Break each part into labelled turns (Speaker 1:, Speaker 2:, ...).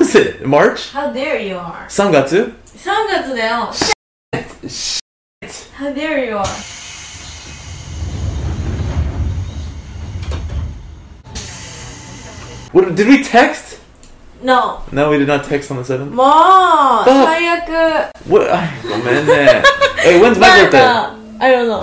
Speaker 1: is it? March?
Speaker 2: How dare you are
Speaker 1: 3月
Speaker 2: 3月だよ How dare you are
Speaker 1: ？What did we text?
Speaker 2: No
Speaker 1: No, we did not text on the 7th.
Speaker 2: もう最悪
Speaker 1: What? ごめんね。Hey, when's my birthday?
Speaker 2: I don't know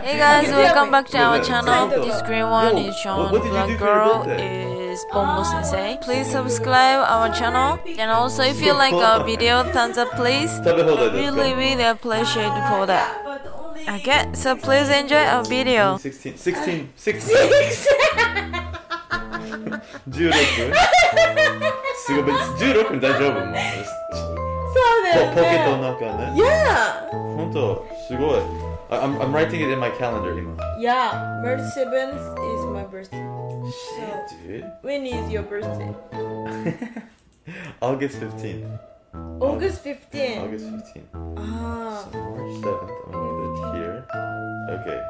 Speaker 3: Hey guys, welcome back to our channel.
Speaker 1: Yo,
Speaker 3: This green one is Sean,
Speaker 1: what did you
Speaker 3: black
Speaker 1: do for your
Speaker 3: girl
Speaker 1: birthday?
Speaker 3: is Bombo
Speaker 2: Ah.
Speaker 3: Sensei. Please subscribe our channel and also if you like our video, thumbs up please.
Speaker 1: 食べ放題ですか
Speaker 3: Really, really appreciate for that.
Speaker 2: But only
Speaker 3: Okay, so please enjoy our video.
Speaker 1: 16 16 16 16すごい別に16分大丈夫もう
Speaker 2: そうだよ
Speaker 1: ポポケットの
Speaker 2: ね
Speaker 1: 中ね
Speaker 2: Yeah
Speaker 1: 本当すごい I- I'm, I'm writing it in my calendar 今
Speaker 2: Yeah March 7th is my birthday
Speaker 1: Dude
Speaker 2: When is your birthday?
Speaker 1: August 15th
Speaker 2: August Ah, 15th
Speaker 1: August 15th
Speaker 2: あ
Speaker 1: So March 7th I'm gonna put it here Okay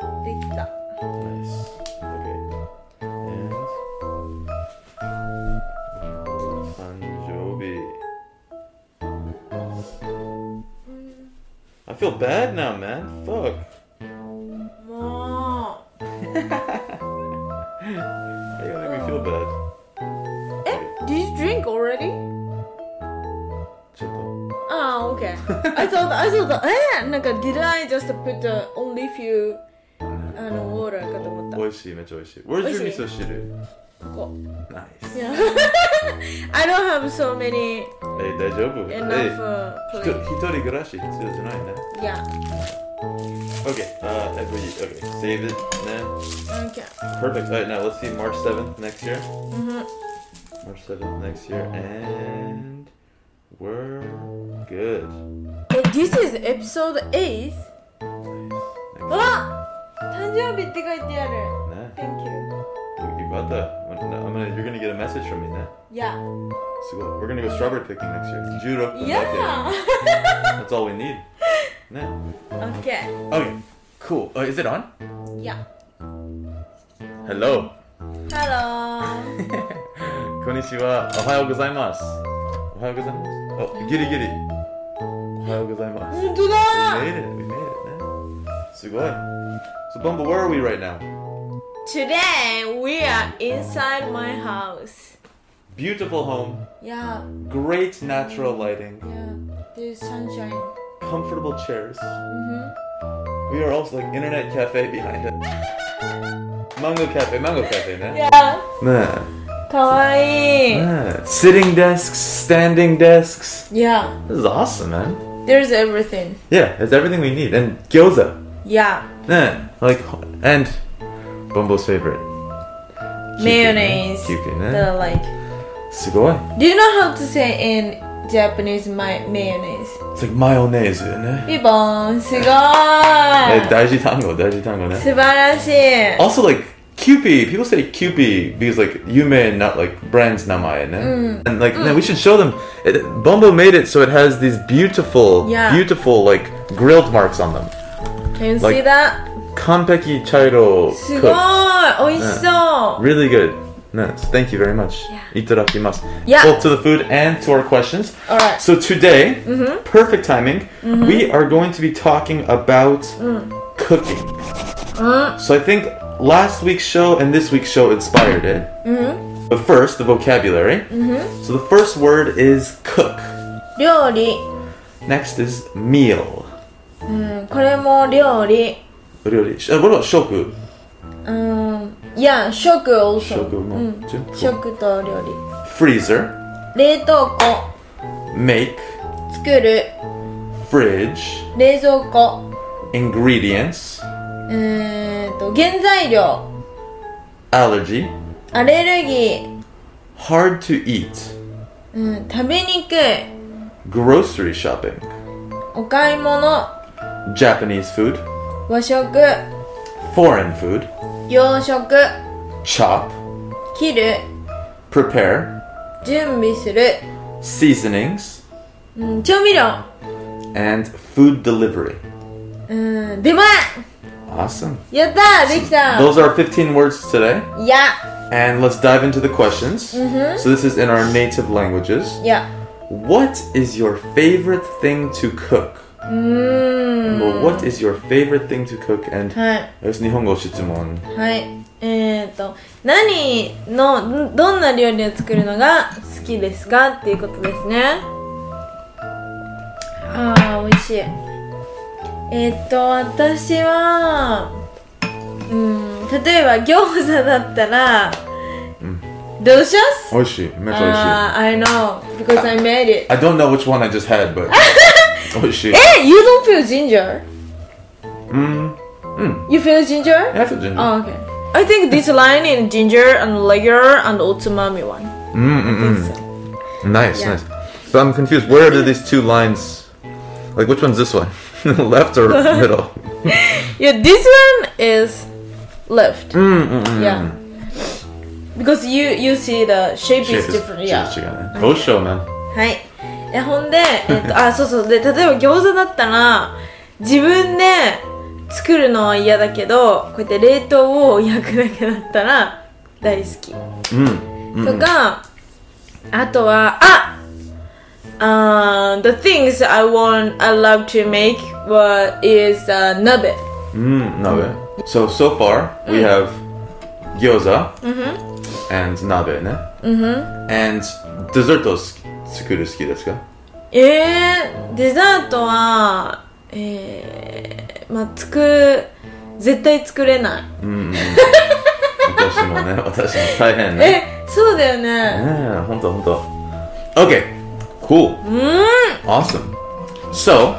Speaker 2: あできた
Speaker 1: Nice Okay And 誕生日 I feel bad now man Fuck
Speaker 2: もう
Speaker 1: How you gonna make me feel bad?
Speaker 2: Did you drink already?
Speaker 1: ちょっと
Speaker 2: Ah, okay. I thought I thought eh なんか did I just put the only few あの water かと思った。
Speaker 1: 美味しいめっちゃ美味しい Where's
Speaker 2: 美
Speaker 1: your
Speaker 2: 味しい
Speaker 1: 味噌汁
Speaker 2: ここ
Speaker 1: Nice
Speaker 2: Yeah. I don't have so many
Speaker 1: え大丈夫
Speaker 2: enough uh,
Speaker 1: えひ
Speaker 2: plate.
Speaker 1: と一人暮らし必要じゃないね
Speaker 2: Yeah.
Speaker 1: Okay uh every okay save it ね
Speaker 2: Okay. Mm-hmm.
Speaker 1: Perfect. All right, now let's see March 7th next year. March 7th next year, and we're good.
Speaker 2: Eh, this is episode Ah! 8.
Speaker 1: Next
Speaker 2: あ誕生日って書いてある。
Speaker 1: Nah,
Speaker 2: Thank you.
Speaker 1: you, you got that. I'm gonna, I'm gonna- you're gonna get a message from me, nah.
Speaker 2: Yeah.
Speaker 1: So go- we're gonna go strawberry picking next year. Judo.
Speaker 2: Yeah.
Speaker 1: That's all we need. Nah.
Speaker 2: okay.
Speaker 1: Okay. Cool. Uh, is it on?
Speaker 2: Yeah.
Speaker 1: Hello.
Speaker 2: Hello.
Speaker 1: Konnichiwa. Ohayo gozaimasu. Ohayo gozaimasu. Oh, giri giri. Ohayo gozaimasu.
Speaker 2: 本当
Speaker 1: We
Speaker 2: だ。
Speaker 1: made it. We made it, man. Sugoi. So, Bumble, where are we right now?
Speaker 2: Today we are inside my house.
Speaker 1: Beautiful home,
Speaker 2: Yeah.
Speaker 1: great natural lighting,
Speaker 2: Yeah, there's sunshine. Mm-hmm.
Speaker 1: comfortable chairs. We are also like internet cafe behind us. Mango cafe, mango cafe, man.
Speaker 2: Yeah.
Speaker 1: Nah.
Speaker 2: かわいい。
Speaker 1: Nah. Sitting desks, standing desks.
Speaker 2: Yeah.
Speaker 1: This is awesome, man.
Speaker 2: There's everything.
Speaker 1: Yeah, it's everything we need. And gyoza.
Speaker 2: Yeah.
Speaker 1: Nah. Like, and Bumble's favorite.
Speaker 2: Mayonnaise.
Speaker 1: Chicken,
Speaker 2: The
Speaker 1: eh?
Speaker 2: like.
Speaker 1: Sugoi.
Speaker 2: Do you know how to say in Japanese my mayonnaise?
Speaker 1: It's like mayonnaise, eh?
Speaker 2: ピボン、すごい。
Speaker 1: え大事単語、大事単語ね。
Speaker 2: 素晴らしい。
Speaker 1: Also, like, Cupid, people say Cupid because, like, you may not, like, brand's namae, ne? And, like, no, we should show them. It, Bumbo made it so it has these beautiful,
Speaker 2: Yeah.
Speaker 1: beautiful, like, grilled marks on them.
Speaker 2: Can you
Speaker 1: like-
Speaker 2: see that?
Speaker 1: Kanpeki chairo
Speaker 2: すご
Speaker 1: cooked.
Speaker 2: い。美味しそう。
Speaker 1: Really good. No, so thank you very much.
Speaker 3: Yeah.
Speaker 1: Itadakimasu.
Speaker 2: Yeah.
Speaker 1: Both to the food and to our questions.
Speaker 2: Alright.
Speaker 1: So today, perfect timing, we are going to be talking about cooking. So I think last week's show and this week's show inspired it. But first, the vocabulary. So the first word is cook.
Speaker 2: 料理。
Speaker 1: Next is meal.
Speaker 2: うん、これも料理。
Speaker 1: 料理。Uh, What about shoku?
Speaker 2: うん。いや、食 also。
Speaker 1: Shoku も
Speaker 2: うん
Speaker 1: 全部
Speaker 2: 食と料理。
Speaker 1: Freezer.
Speaker 2: 冷凍庫。
Speaker 1: Make.
Speaker 2: 作る
Speaker 1: Fridge.
Speaker 2: 冷蔵庫
Speaker 1: Ingredients.
Speaker 2: えー、と原材料
Speaker 1: Allergy.
Speaker 2: アレルギー、
Speaker 1: Hard to eat.
Speaker 2: うん、食べにくい
Speaker 1: Grocery shopping.
Speaker 2: お買い物
Speaker 1: Japanese food.
Speaker 2: 和食
Speaker 1: Foreign food.
Speaker 2: 洋食
Speaker 1: Chop.
Speaker 2: 切る
Speaker 1: Prepare.
Speaker 2: 準備する、
Speaker 1: Seasonings.
Speaker 2: うん、調味料、
Speaker 1: And food delivery.
Speaker 2: うん、出前
Speaker 1: Awesome.
Speaker 2: やったーできた
Speaker 1: Those are 15 words today.
Speaker 2: いや
Speaker 1: And let's dive into the questions. So, this is in our native languages.
Speaker 2: いや
Speaker 1: What is your favorite thing to cook?
Speaker 2: うーん
Speaker 1: Well, what is your favorite thing to cook? And
Speaker 2: はい
Speaker 1: there's 日本語質問。
Speaker 2: はいえー、と何のんどんな料理を作るのが好きですかっていうことですねあー美味しいえー、と私はうん例えば餃子だったら、delicious?
Speaker 1: 美味しい。めっちゃ美味しい。
Speaker 2: あー I know because I made it
Speaker 1: I don't know which one I just had, but 美味しい。
Speaker 2: え you don't feel ginger?
Speaker 1: うん。
Speaker 2: You feel ginger?
Speaker 1: Yeah, I feel ginger.
Speaker 2: Oh, okay. I think this line in ginger and lager and otsumami one. I think so.
Speaker 1: Nice,
Speaker 2: Yeah.
Speaker 1: nice. So I'm confused. Where are these two lines? Like, which one's this one? Left or middle?
Speaker 2: Yeah, this one is left. Yeah. Because you you see the shape, is different. yeah.
Speaker 1: 違うね。どうしようね。
Speaker 2: はい。え、ほんで、え っと、あ、そうそう。で、例えば餃子だったら、自分で作るのは嫌だけど、こうやって冷凍を焼くだけだったら大好き。
Speaker 1: Mm,
Speaker 2: とか、あとは、ああ The things I want, I love to make was, is、uh, 鍋。Mm-hmm.
Speaker 1: うん、鍋。So, so far, we have gyoza
Speaker 2: Mm-hmm.
Speaker 1: and 鍋ね。And dessert を作る好きですか
Speaker 2: えー、デザートは、えー、まあ、作、絶対作れない。
Speaker 1: 私もね、私も大変ね。
Speaker 2: え、そうだよね。
Speaker 1: ねえ、ほんとほんと。Okay, cool. Awesome. So,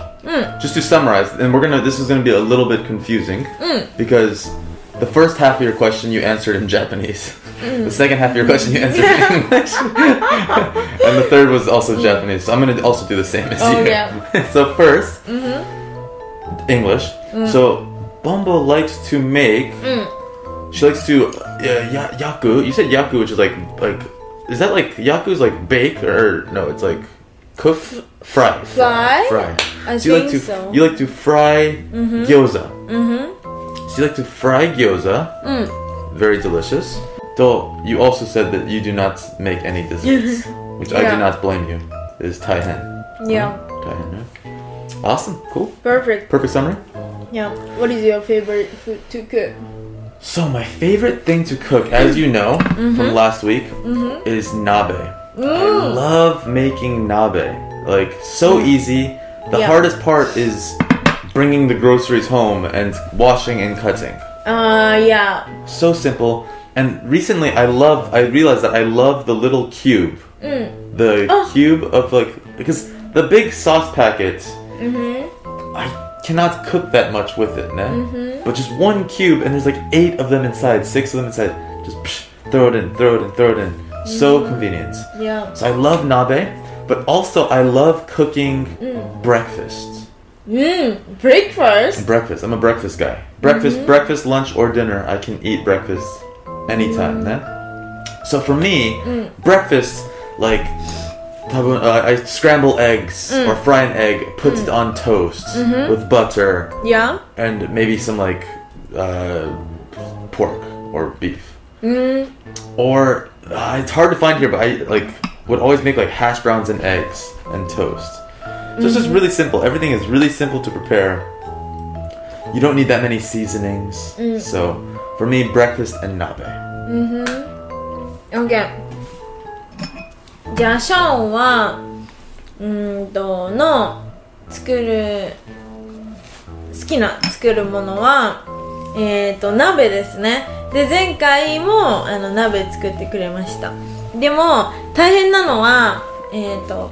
Speaker 1: just to summarize, and we're gonna, this is gonna be a little bit confusing because the first half of your question you answered in Japanese. The second half of your question you answered in English. and the third was also Japanese. So I'm gonna also do the same as
Speaker 2: Oh,
Speaker 1: you.
Speaker 2: yeah.
Speaker 1: so 1st English. So Bumbo likes to make. She likes to uh, ya- yaku. You said yaku, which is like like is that like yaku is like bake or no? It's like kuf fry
Speaker 2: Fry?
Speaker 1: fry.
Speaker 2: I
Speaker 1: you like to
Speaker 2: think so.
Speaker 1: you like to fry gyoza. Mm-hmm. So you like to fry gyoza. Very delicious. Though you also said that you do not make any desserts, which I do
Speaker 2: Yeah.
Speaker 1: not blame you. It is taihen.
Speaker 2: Yeah,
Speaker 1: Taihen. Yeah. Awesome. Cool.
Speaker 2: perfect.
Speaker 1: Perfect summary.
Speaker 2: Yeah. What is your favorite food to cook?
Speaker 1: So my favorite thing to cook, as you know
Speaker 2: Mm-hmm.
Speaker 1: from last week, is nabe. I love making nabe. Like so easy. The
Speaker 2: Hmm. Yeah.
Speaker 1: hardest part is bringing the groceries home and washing and cutting.
Speaker 2: Uh, yeah.
Speaker 1: So simple. And recently, I love. I realized that I love the little cube. The
Speaker 2: Oh.
Speaker 1: cube of like because the big sauce packet.
Speaker 2: Mm-hmm.
Speaker 1: I cannot cook that much with it, man. But just one cube, and there's like eight of them inside, six of them inside. Just psh, throw it in, throw it in, throw it in. So
Speaker 2: Mm.
Speaker 1: convenient.
Speaker 2: Yeah.
Speaker 1: So I love nabe, but also I love cooking breakfast.
Speaker 2: Mmm, breakfast?
Speaker 1: Breakfast. I'm a breakfast guy. Breakfast, breakfast, lunch, or dinner. I can eat breakfast anytime. yeah? So for me, breakfast like tabun- uh, I scramble eggs or fry an egg, put it on toast with butter
Speaker 2: Yeah.
Speaker 1: and maybe some like uh, pork or beef. Or uh, it's hard to find here, but I like would always make like hash browns and eggs and toast. So it's just really simple. Everything is really simple to prepare. You don't need that many seasonings. So for me, breakfast and nabe.
Speaker 2: Okay. じゃあ、シャオンは、うーんと、の、作る、好きな作るものは、えっ、ー、と、鍋ですね。で、前回も、あの、鍋作ってくれました。でも、大変なのは、えっ、ー、と、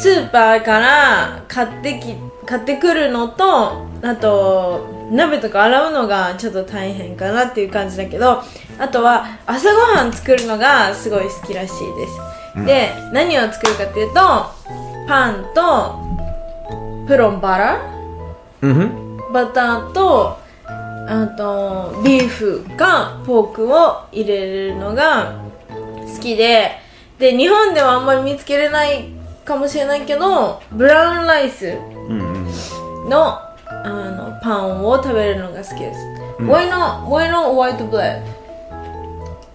Speaker 2: スーパーから買ってき買ってくるのとあと鍋とか洗うのがちょっと大変かなっていう感じだけどあとは朝ごはん作るのがすごい好きらしいです、で何を作るかっていうとパンとプロンバラ
Speaker 1: Mm-hmm.
Speaker 2: バターとあとビーフかポークを入れるのが好きでで日本ではあんまり見つけれないかもしれないけどブラウンライス
Speaker 1: Mm-hmm.
Speaker 2: のあのパンを食べるのが好きです。Why not? Why not white bread?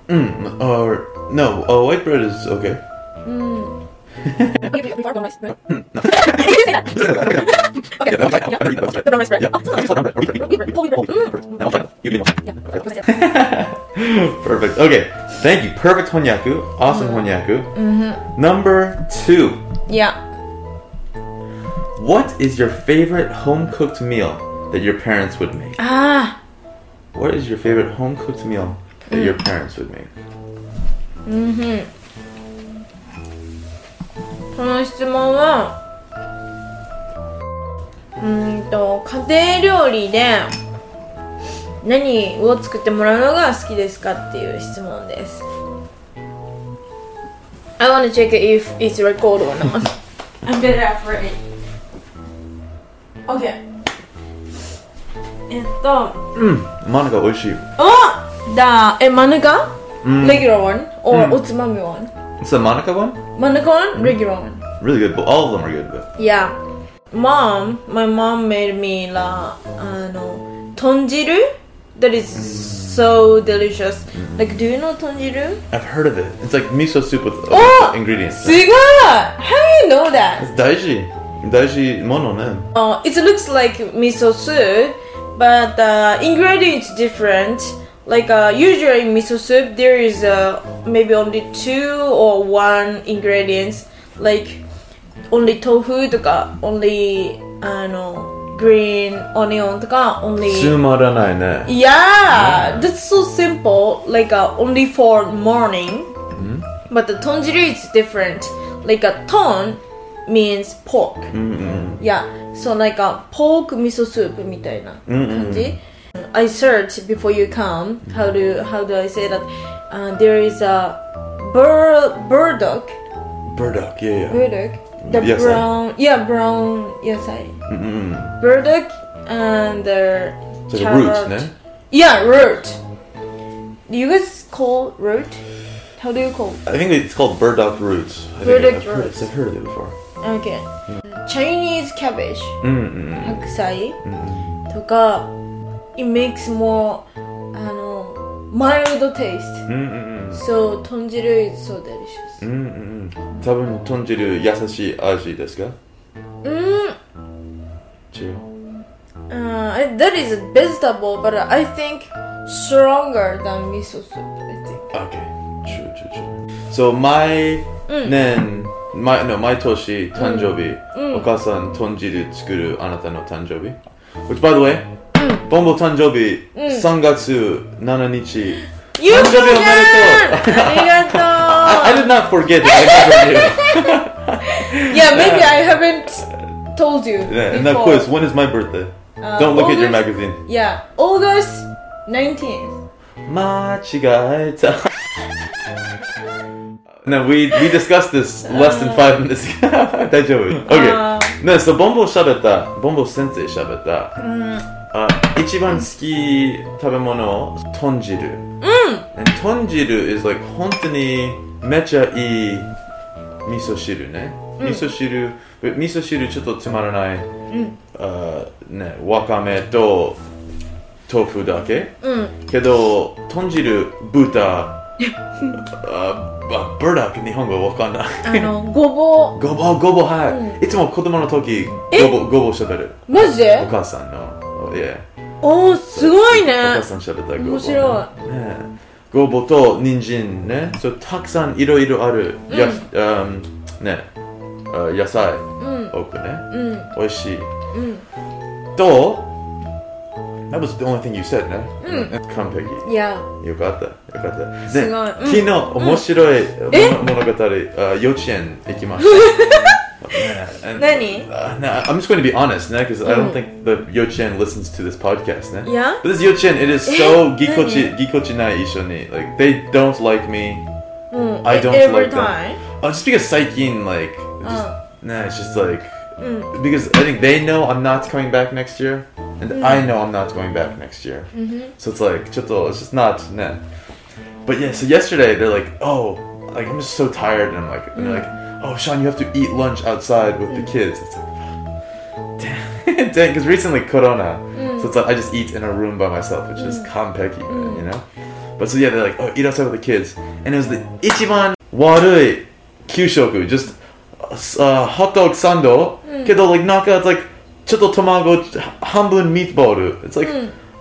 Speaker 1: Mm, or no, uh, white bread is okay.
Speaker 2: You prefer brown rice, right?
Speaker 1: Yeah.
Speaker 2: Brown rice bread.
Speaker 1: Perfect. Okay. Thank you. Perfect honyaku. Awesome honyaku.
Speaker 2: Mm-hmm.
Speaker 1: Number two.
Speaker 2: Yeah.
Speaker 1: What is your favorite home cooked meal that your parents would make?
Speaker 2: ああ、
Speaker 1: What is your favorite home cooked meal that your
Speaker 2: Mm.
Speaker 1: parents would make?
Speaker 2: この質問は、うーんと、家庭料理で何を作ってもらうのが好きですかっていう質問です。I wanna check if it's record or not. I'm better afraid. Okay. えっと、
Speaker 1: Mm, Monica oishi.
Speaker 2: おだえ、真ん中
Speaker 1: Mm.
Speaker 2: ?regular one? or、
Speaker 1: うん
Speaker 2: おつまみ one?
Speaker 1: It's the Monica one?
Speaker 2: 真ん中 one? regular one?
Speaker 1: Really good, but all of them are good. But
Speaker 2: Yeah. Mom, my mom made me la, あの、豚汁 That is so delicious. Like, do you know 豚汁
Speaker 1: I've heard of it. It's like miso soup with
Speaker 2: Oh!
Speaker 1: with ingredients.
Speaker 2: すごい How you know that?
Speaker 1: It's daiji. Daiji mono, man.
Speaker 2: Uh, it looks like miso soup, but uh, ingredients different. Like uh, usually in miso soup, there is uh, maybe only two or one ingredients, like only tofu とか only あの green onion とか only
Speaker 1: Tsumaranai
Speaker 2: yeah that's so simple like uh, only for morning, but the tonjiri is different. Like a ton means pork.
Speaker 1: ne.
Speaker 2: いや、そうなんかポーク味噌スープみたいな感じ。I search before you come. How do how do I say that? Uh, there is a bur burdock
Speaker 1: Burdock, yeah, yeah.
Speaker 2: burdock the
Speaker 1: Yes, I-
Speaker 2: brown yeah brown yes I
Speaker 1: Mm-mm.
Speaker 2: burdock and the
Speaker 1: It's like a root,
Speaker 2: carrot.
Speaker 1: ne?
Speaker 2: Yeah, root. Do you guys call root? How do you call?
Speaker 1: I think it's called burdock roots. I think
Speaker 2: Burdock
Speaker 1: I've heard,
Speaker 2: roots.
Speaker 1: I've heard of it before.
Speaker 2: Okay.
Speaker 1: Hmm.
Speaker 2: Chinese cabbage.
Speaker 1: Mm-mm.
Speaker 2: 白菜とか、it makes more あの mild taste、
Speaker 1: Mm-mm.
Speaker 2: so 豚汁 is so delicious、
Speaker 1: Mm-mm. 多分豚汁優しい味ですか？
Speaker 2: mm,
Speaker 1: 違う。
Speaker 2: uh, I- that is a vegetable but I think stronger than miso soup I think
Speaker 1: Okay. True, true, true. So my nen my no my toshi tanjobi okasan tonjiru tsukuru anata no tanjobi. Which by the way, Bombo tanjobi 3月7日
Speaker 2: ゆうこちゃん
Speaker 1: 誕生日おめでとう
Speaker 2: あ
Speaker 1: I
Speaker 2: り
Speaker 1: did not forget that I got from you.
Speaker 2: がとう Yeah maybe I haven't told you
Speaker 1: Yeah, and that
Speaker 2: before.
Speaker 1: quiz, when is my birthday? Don't look at your
Speaker 2: August-
Speaker 1: magazine.
Speaker 2: Yeah August 19th
Speaker 1: 間違えた。no, we we discussed this less than five minutes ago. 大丈夫。Okay.
Speaker 2: Ah.
Speaker 1: no, so ボンボン喋った。ボンボン先生喋った。あ、一番好き食べ物、豚汁。And 豚汁 is like 本当にめちゃいい味噌汁ね。味噌汁、味噌汁ちょっとつまらない。あね、わかめと豆腐だけ、
Speaker 2: Mm,
Speaker 1: けど豚汁豚ああブラック日本語わかんない
Speaker 2: あ のごぼ
Speaker 1: ごぼうごぼうはい、いつも子供の時
Speaker 2: え
Speaker 1: ごぼうごぼうしゃべる
Speaker 2: うマジ
Speaker 1: お
Speaker 2: で
Speaker 1: 母さんのいや
Speaker 2: おおすごいね
Speaker 1: お母さんしゃべったごぼう
Speaker 2: 面白
Speaker 1: ねごぼうと人参ねそうたくさんいろいろある、やしあんねあ野菜
Speaker 2: うん
Speaker 1: 多くね、
Speaker 2: うん
Speaker 1: 美味しい。
Speaker 2: うん
Speaker 1: と、That was the only thing you said, ね。完璧。
Speaker 2: いや、
Speaker 1: よかった。よかった。
Speaker 2: すごいうん
Speaker 1: 昨日、面白い物
Speaker 2: え
Speaker 1: 物語、あ幼稚園行きました。ね and-
Speaker 2: 何
Speaker 1: Uh, nah, I'm just going to be honest, ne, because I don't think the Yochen listens to this podcast, ne.
Speaker 2: Yeah?
Speaker 1: But this Yochen, it is so
Speaker 2: え、
Speaker 1: gikochi gikochi nai ishoni. Like they don't like me.
Speaker 2: うん
Speaker 1: I don't
Speaker 2: Mm, every
Speaker 1: like
Speaker 2: time.
Speaker 1: them. Oh, just because Saikin, like, just,
Speaker 2: Uh.
Speaker 1: nah, it's just like, because I think they know I'm not coming back next year, and I know I'm not going back next year. So it's like, ちょっと, it's just not, nah. But yeah, so yesterday they're like, oh, like I'm just so tired, and I'm like, and they're like, oh, Sean, you have to eat lunch outside with the kids. It's like, damn, damn, because recently Corona, So it's like I just eat in a room by myself, which is kanpeki, man, you know? But so yeah, they're like, oh, eat outside with the kids. And it was the ichiban warui kyushoku, just uh, hot dog sando. Kedo, like, knockout, like, chotto tamago, hanbun meatball. It's like,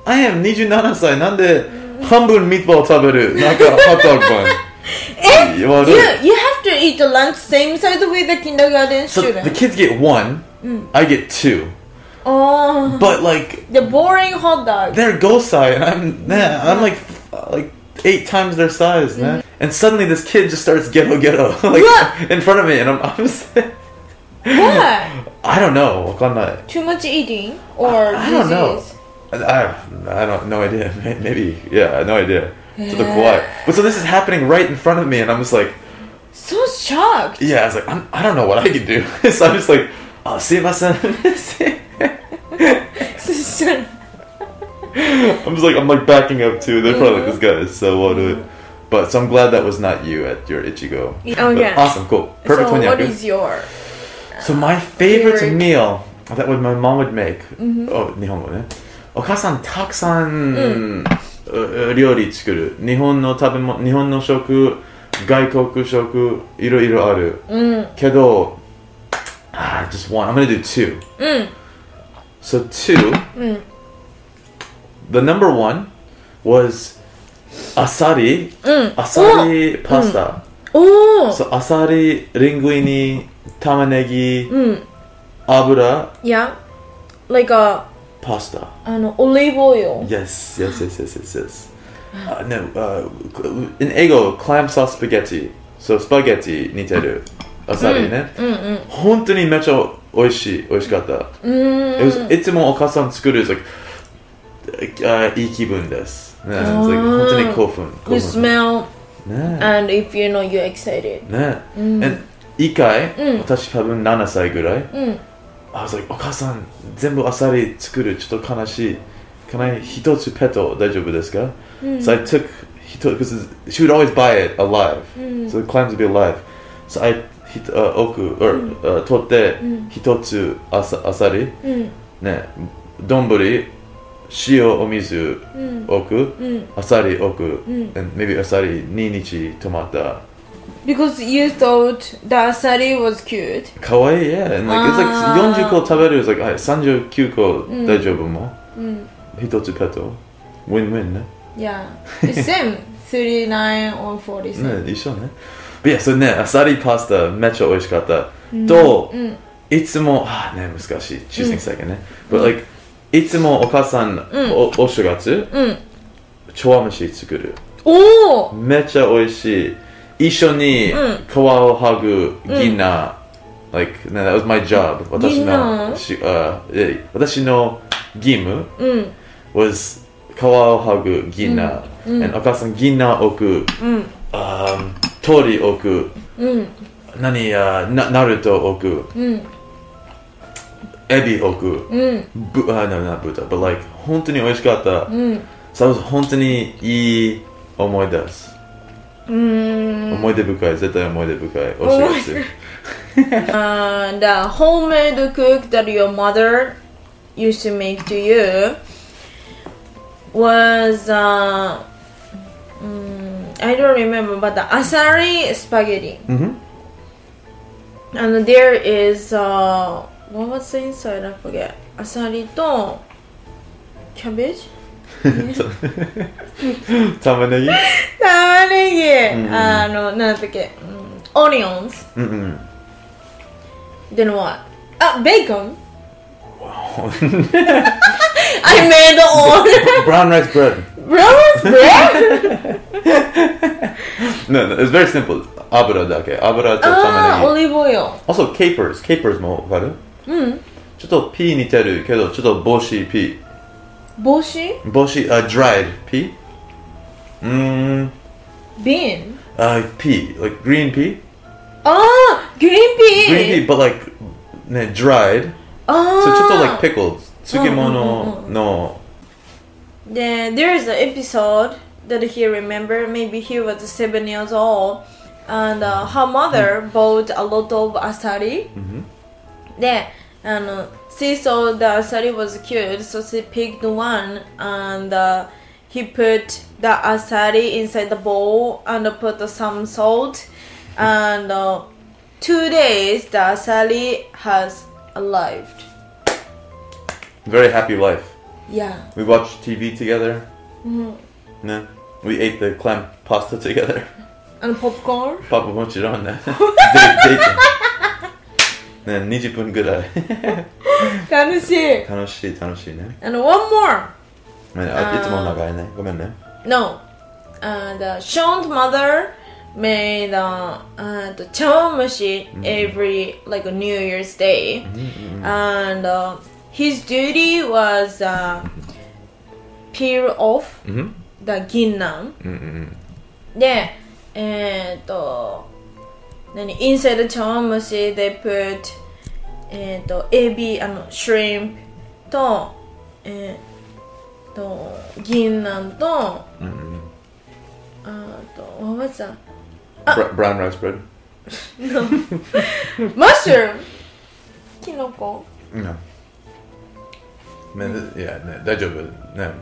Speaker 1: I am 27歳なんで半分ミートボール食べるなんかハットドッグパン
Speaker 2: Eh,
Speaker 1: You wanna do
Speaker 2: you,
Speaker 1: it?
Speaker 2: you have to eat the lunch same size the way the kindergarten
Speaker 1: So the
Speaker 2: student.
Speaker 1: kids get one, I get two.
Speaker 2: oh,
Speaker 1: But like
Speaker 2: the boring hot dog.
Speaker 1: they're ghost size, and I'm nah, I'm like f- like eight times their size, man. And suddenly this kid just starts ghetto ghetto like
Speaker 2: What?
Speaker 1: in front of me, and I'm I'm just,
Speaker 2: Why?
Speaker 1: I don't know. わかんない。
Speaker 2: Too much eating or
Speaker 1: I don't know.
Speaker 2: disease?
Speaker 1: I, I I don't no idea. May- Maybe yeah, no idea. To the quiet. But so this is happening right in front of me, and I'm just like.
Speaker 2: So shocked.
Speaker 1: yeah, I was like, I'm, I don't know what I can do. so I'm just like, oh, see my son. I'm just like, I'm like backing up too. They're probably like, this guy is so well to it. But so I'm glad that was not you at your Ichigo.
Speaker 2: Yeah. Oh, yeah.
Speaker 1: But awesome, cool. Perfect
Speaker 2: so what
Speaker 1: Tonyaku.
Speaker 2: is your?
Speaker 1: So my favorite
Speaker 2: Favorite.
Speaker 1: meal that what my mom would make. Oh, 日本語ね。お母さんたくさん、う料理作る。日本の食べ物、日本の食、外国食、いろいろある。けど、ah, just one. I'm gonna do two.
Speaker 2: うん。
Speaker 1: So two. The number one was asari,
Speaker 2: うん。
Speaker 1: asari pasta.
Speaker 2: おお。
Speaker 1: So asari, linguini, 玉ねぎ、
Speaker 2: うん。
Speaker 1: 油、
Speaker 2: Yeah. Like a
Speaker 1: pasta.
Speaker 2: あの olive oil.
Speaker 1: Yes, yes, yes, yes, yes, yes. Uh, no, uh, in ego, clam sauce spaghetti. So spaghetti 似てる。あさりね。うんうん。
Speaker 2: Mm,
Speaker 1: 本当にめっちゃ美味しい、美味しかった。It
Speaker 2: mm,
Speaker 1: was- いつもお母さん作る、it's like, uh, いい気分です。ね、it's like, 本当に興奮。
Speaker 2: You
Speaker 1: 興奮
Speaker 2: smell
Speaker 1: ね
Speaker 2: and if you know you're excited. Mm,
Speaker 1: ね。And 一回、
Speaker 2: うん
Speaker 1: 私多分7歳ぐらい。
Speaker 2: うん。
Speaker 1: I was like, お母さん、全部アサリ作る、ちょっと悲しい。Can I 一つペット大丈夫ですか、So
Speaker 2: mm,
Speaker 1: I took, 一つ because she would always buy it alive.、So
Speaker 2: mm,
Speaker 1: the clams would be alive. So I ひと、uh, 奥、or, uh, 取って、
Speaker 2: mm,
Speaker 1: 一つアサアサリ、
Speaker 2: うん。
Speaker 1: ね、丼、塩、お水、
Speaker 2: うん。
Speaker 1: 奥、
Speaker 2: うん。
Speaker 1: アサリ、奥、
Speaker 2: ん
Speaker 1: and maybe アサリ2日止まった。
Speaker 2: Because you thought the asari was cute.
Speaker 1: かわいい、yeah. And like, it's like
Speaker 2: あー
Speaker 1: 40個食べる、it's like, はい39個大丈夫もう
Speaker 2: うん。
Speaker 1: 一つペット Win-win ね。
Speaker 2: Yeah. It's same. 39 or 47.
Speaker 1: ね、一緒ね。いや、それね、アサリパスタめっちゃ美味しかった。と、
Speaker 2: うん。
Speaker 1: いつも、あーね、難しい。choosing second ね。But like, いつもお母さん、おお正月、
Speaker 2: うん。
Speaker 1: 茶碗蒸し作る。
Speaker 2: おお
Speaker 1: めっちゃ美味しい。一緒に
Speaker 2: うん
Speaker 1: 皮を剥ぐ、ギナー。like, ね、that was my job. 私
Speaker 2: ギナ
Speaker 1: の、
Speaker 2: ー
Speaker 1: しあーえ私の義務。
Speaker 2: うん。
Speaker 1: was 皮を剥ぐギナー、and お母さんギナー置く、
Speaker 2: うん。
Speaker 1: あー鳥置く
Speaker 2: うん。
Speaker 1: 何やなナルト置く
Speaker 2: うん。
Speaker 1: エビ置く
Speaker 2: うん。
Speaker 1: ぶあなな豚 but like 本当に美味しかった、
Speaker 2: うん。
Speaker 1: それは本当にいい思い出す、
Speaker 2: Mm,
Speaker 1: 思い出深い絶対思い出深いお
Speaker 2: 思い
Speaker 1: 知
Speaker 2: 出
Speaker 1: らせ
Speaker 2: uh, the homemade cook that your mother used to make to you was uh, mm, I don't remember, but the asari spaghetti.
Speaker 1: うん ふん
Speaker 2: And there is uh, what was the inside? I forget. Asari to cabbage.
Speaker 1: 玉ねぎ Mm-hmm.
Speaker 2: 玉ねぎ、あの、なんだっけ、うん Mm, Onions.
Speaker 1: うんうん
Speaker 2: Then what? Ah, bacon. I made the order.
Speaker 1: brown rice bread
Speaker 2: Brown's bread?
Speaker 1: no no it's very simple 油だけ油と玉
Speaker 2: ah,
Speaker 1: ね
Speaker 2: olive oil.
Speaker 1: ぎ also capers capers もわかるちょっとピー似てるけどちょっと帽子ピー
Speaker 2: Boshi?
Speaker 1: 帽子、あ、dried uh, pea? うーん、
Speaker 2: Bean.
Speaker 1: あ、pea, uh, like green pea?
Speaker 2: Ah, green pea.
Speaker 1: Green pea, but like, ね、dried.
Speaker 2: Ah.
Speaker 1: So ちょっと like pickled. 漬物の、
Speaker 2: Then there is an episode that he remember. Maybe he was seven years old, and uh, her mother bought a lot of asari. で、あの she saw the asari was cured so she picked one and、uh, he put the asari inside the bowl and put some salt and、uh, two days the asari has arrived
Speaker 1: Very happy life.
Speaker 2: yeah
Speaker 1: We watched TV together. No. We ate the clam pasta together.
Speaker 2: and popcorn
Speaker 1: Papa wants you on that. Date- dating. ね、20分ぐ らい。
Speaker 2: 楽しい
Speaker 1: 楽しい、楽しいね。
Speaker 2: and one more
Speaker 1: まあ、いつも長いね。ごめんね。
Speaker 2: No. Uh, the Sean's mother made uh, uh, the chawanmushi every like a New Year's Day,
Speaker 1: Mm-hmm.
Speaker 2: and uh, his duty was uh, peel off
Speaker 1: うん。
Speaker 2: the ginnan.
Speaker 1: うんうん
Speaker 2: で、えっ、と、何 uh, inside the 茶碗蒸し they put uh, えっ、と、エビ、あの、shrimp と、えっ、と、銀杏と、あ
Speaker 1: うん。うんうん。
Speaker 2: と、what was that?
Speaker 1: Br- brown rice bread.
Speaker 2: mushroom! キノコ
Speaker 1: No. Man, th- yeah, no, 大丈夫。ね、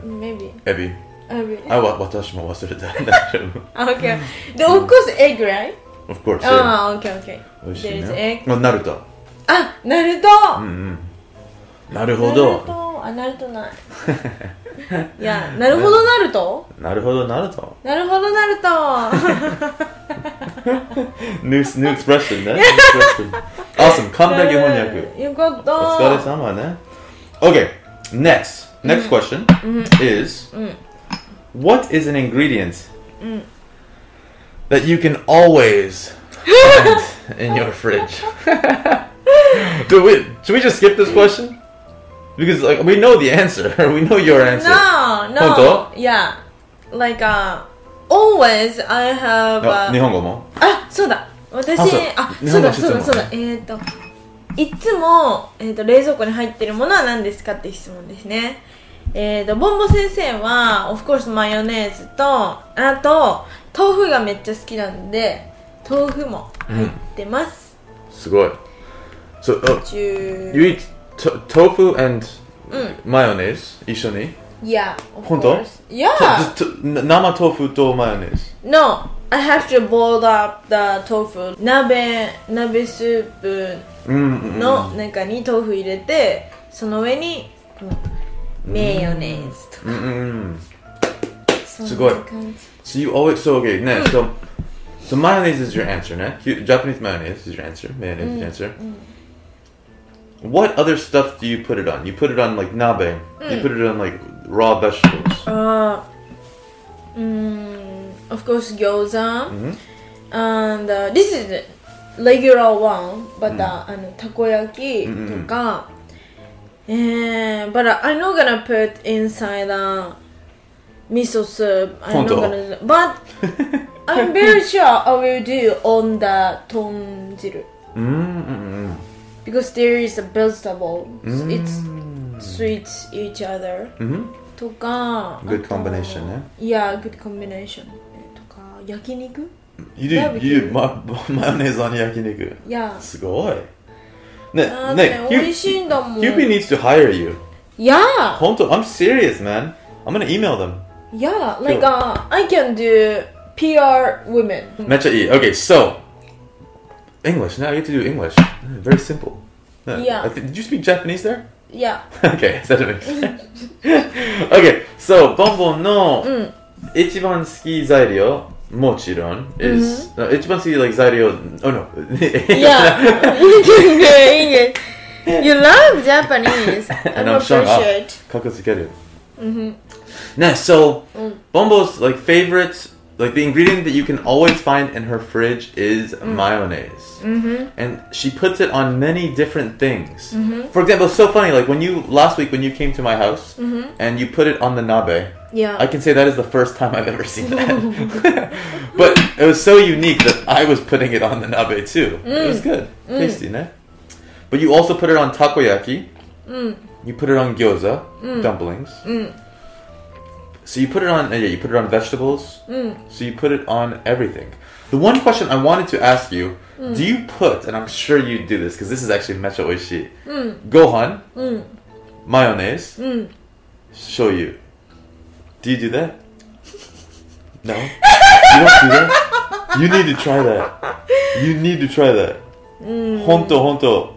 Speaker 2: ?maybe.
Speaker 1: エビ。
Speaker 2: Maybe.
Speaker 1: あ、わ、私も忘れた。 大丈
Speaker 2: okay. で、of course egg, right?
Speaker 1: 夫。Of course. yeah.
Speaker 2: ああ、okay, okay.
Speaker 1: 美味しい
Speaker 2: There's
Speaker 1: ね。
Speaker 2: egg.
Speaker 1: あ、ナルト。
Speaker 2: あ、ナルト
Speaker 1: うんうん。なる
Speaker 2: ナ
Speaker 1: ほ
Speaker 2: ル
Speaker 1: ど。
Speaker 2: トあ、ナルトない。いや、なるほどナルト
Speaker 1: なるほど、ナルト。
Speaker 2: なるほどなると
Speaker 1: New, new expression ね。New expression. awesome. 完璧翻訳。
Speaker 2: よかった
Speaker 1: Okay, next
Speaker 2: Mm.
Speaker 1: next question
Speaker 2: Mm-hmm.
Speaker 1: is what is an ingredient
Speaker 2: Mm.
Speaker 1: that you can always find in your fridge? Do we should we just skip this question? Because like we know the answer. we know your answer.
Speaker 2: No, no.
Speaker 1: 本
Speaker 2: Yeah. Like, uh, always I have.
Speaker 1: あ
Speaker 2: uh,
Speaker 1: 日本語も
Speaker 2: あ、そうだ。私
Speaker 1: あそう、
Speaker 2: あ、
Speaker 1: 日本
Speaker 2: そ
Speaker 1: の
Speaker 2: うだ、
Speaker 1: 質
Speaker 2: そう
Speaker 1: 問
Speaker 2: だ、そうだ。えーと、いつも、えーと、冷蔵庫に入ってるものは何ですかって質問ですね。えーと、ボンボ先生は、オフコースマヨネーズと、あと、豆腐がめっちゃ好きなんで、豆腐も入ってます。
Speaker 1: すごい。So, oh,
Speaker 2: じゅ
Speaker 1: you eat to- tofu and
Speaker 2: うん。
Speaker 1: マヨネーズ一緒に
Speaker 2: Mm. Yeah, of
Speaker 1: 本当
Speaker 2: course. Yeah.
Speaker 1: とと生豆腐とマヨネーズ。
Speaker 2: No, I have to boil up the tofu. 鍋、鍋スープ
Speaker 1: うんうんうん
Speaker 2: の中に豆腐入れて、その上にこのメヨネーズとか。
Speaker 1: うんうんうん。
Speaker 2: す
Speaker 1: すごい So you always so okay, ne, so so mayonnaise is your answer, ne? You- Japanese mayonnaise is your answer. Mayonnaise
Speaker 2: Mm,
Speaker 1: is your answer. What other stuff do you put it on? You put it on like nabe.
Speaker 2: Mm.
Speaker 1: You put it on like raw vegetables.
Speaker 2: あーうーん、of course 餃子。And、uh, this is the regular one, but、あのたこ焼きとか。えー、but I'm not gonna put inside the miso soup. I'm
Speaker 1: 本
Speaker 2: not
Speaker 1: 当
Speaker 2: gonna, but I'm very sure I will do on the 豚汁
Speaker 1: Mm-mm-mm.
Speaker 2: because there is a vegetable. It's
Speaker 1: Mm.
Speaker 2: sweet each other.
Speaker 1: Mm-hmm.
Speaker 2: とか
Speaker 1: Good
Speaker 2: あと
Speaker 1: combination eh? ね
Speaker 2: Yeah, good combination えとか焼肉
Speaker 1: You do
Speaker 2: Barbecue.
Speaker 1: you do ma- mayonnaise on yakiniku.
Speaker 2: Yeah Ah,
Speaker 1: Sugoi.
Speaker 2: だ
Speaker 1: Ne,
Speaker 2: って美味
Speaker 1: ne,
Speaker 2: しいんだもん
Speaker 1: Hubie needs to hire you.
Speaker 2: Yeah
Speaker 1: Honto, I'm serious, man. I'm gonna email them.
Speaker 2: Yeah like、uh, I can do PR women
Speaker 1: Mecha E. Okay, so English. Now you have to do English. Very simple.
Speaker 2: Yeah.
Speaker 1: I thi- did you speak Japanese there?
Speaker 2: Yeah
Speaker 1: okay, that makes sense. okay, so Bonbon no
Speaker 2: Mm.
Speaker 1: Ichiban ski Zairyo Mochiron is no, Ichiban ski like Zairyo oh no
Speaker 2: Mm-hmm. Yeah いいねいいね You love Japanese I
Speaker 1: And I'm showing up.
Speaker 2: appreciate
Speaker 1: Kakutsukeru. Nah, so
Speaker 2: Mm.
Speaker 1: Bonbo's like favorite like the ingredient that you can always find in her fridge is mayonnaise. and she puts it on many different things. For example, it's so funny. Like when you last week when you came to my house and you put it on the nabe, I
Speaker 2: Yeah
Speaker 1: can say that is the first time I've ever seen that. but it was so unique that I was putting it on the nabe too. It was good, tasty, ne? But you also put it on takoyaki. You put it on gyoza, dumplings. So you put it on. uh, Yeah, you put it on vegetables. So you put it on everything. The one question I wanted to ask you Do you put, and I'm sure you do this because this is actually mecha oishi,
Speaker 2: うん、
Speaker 1: gohan,
Speaker 2: うん、
Speaker 1: mayonnaise,
Speaker 2: うん。
Speaker 1: shoyu. Do you do that? No? you don't do that? You need to try that. You need to try that. Honto, honto.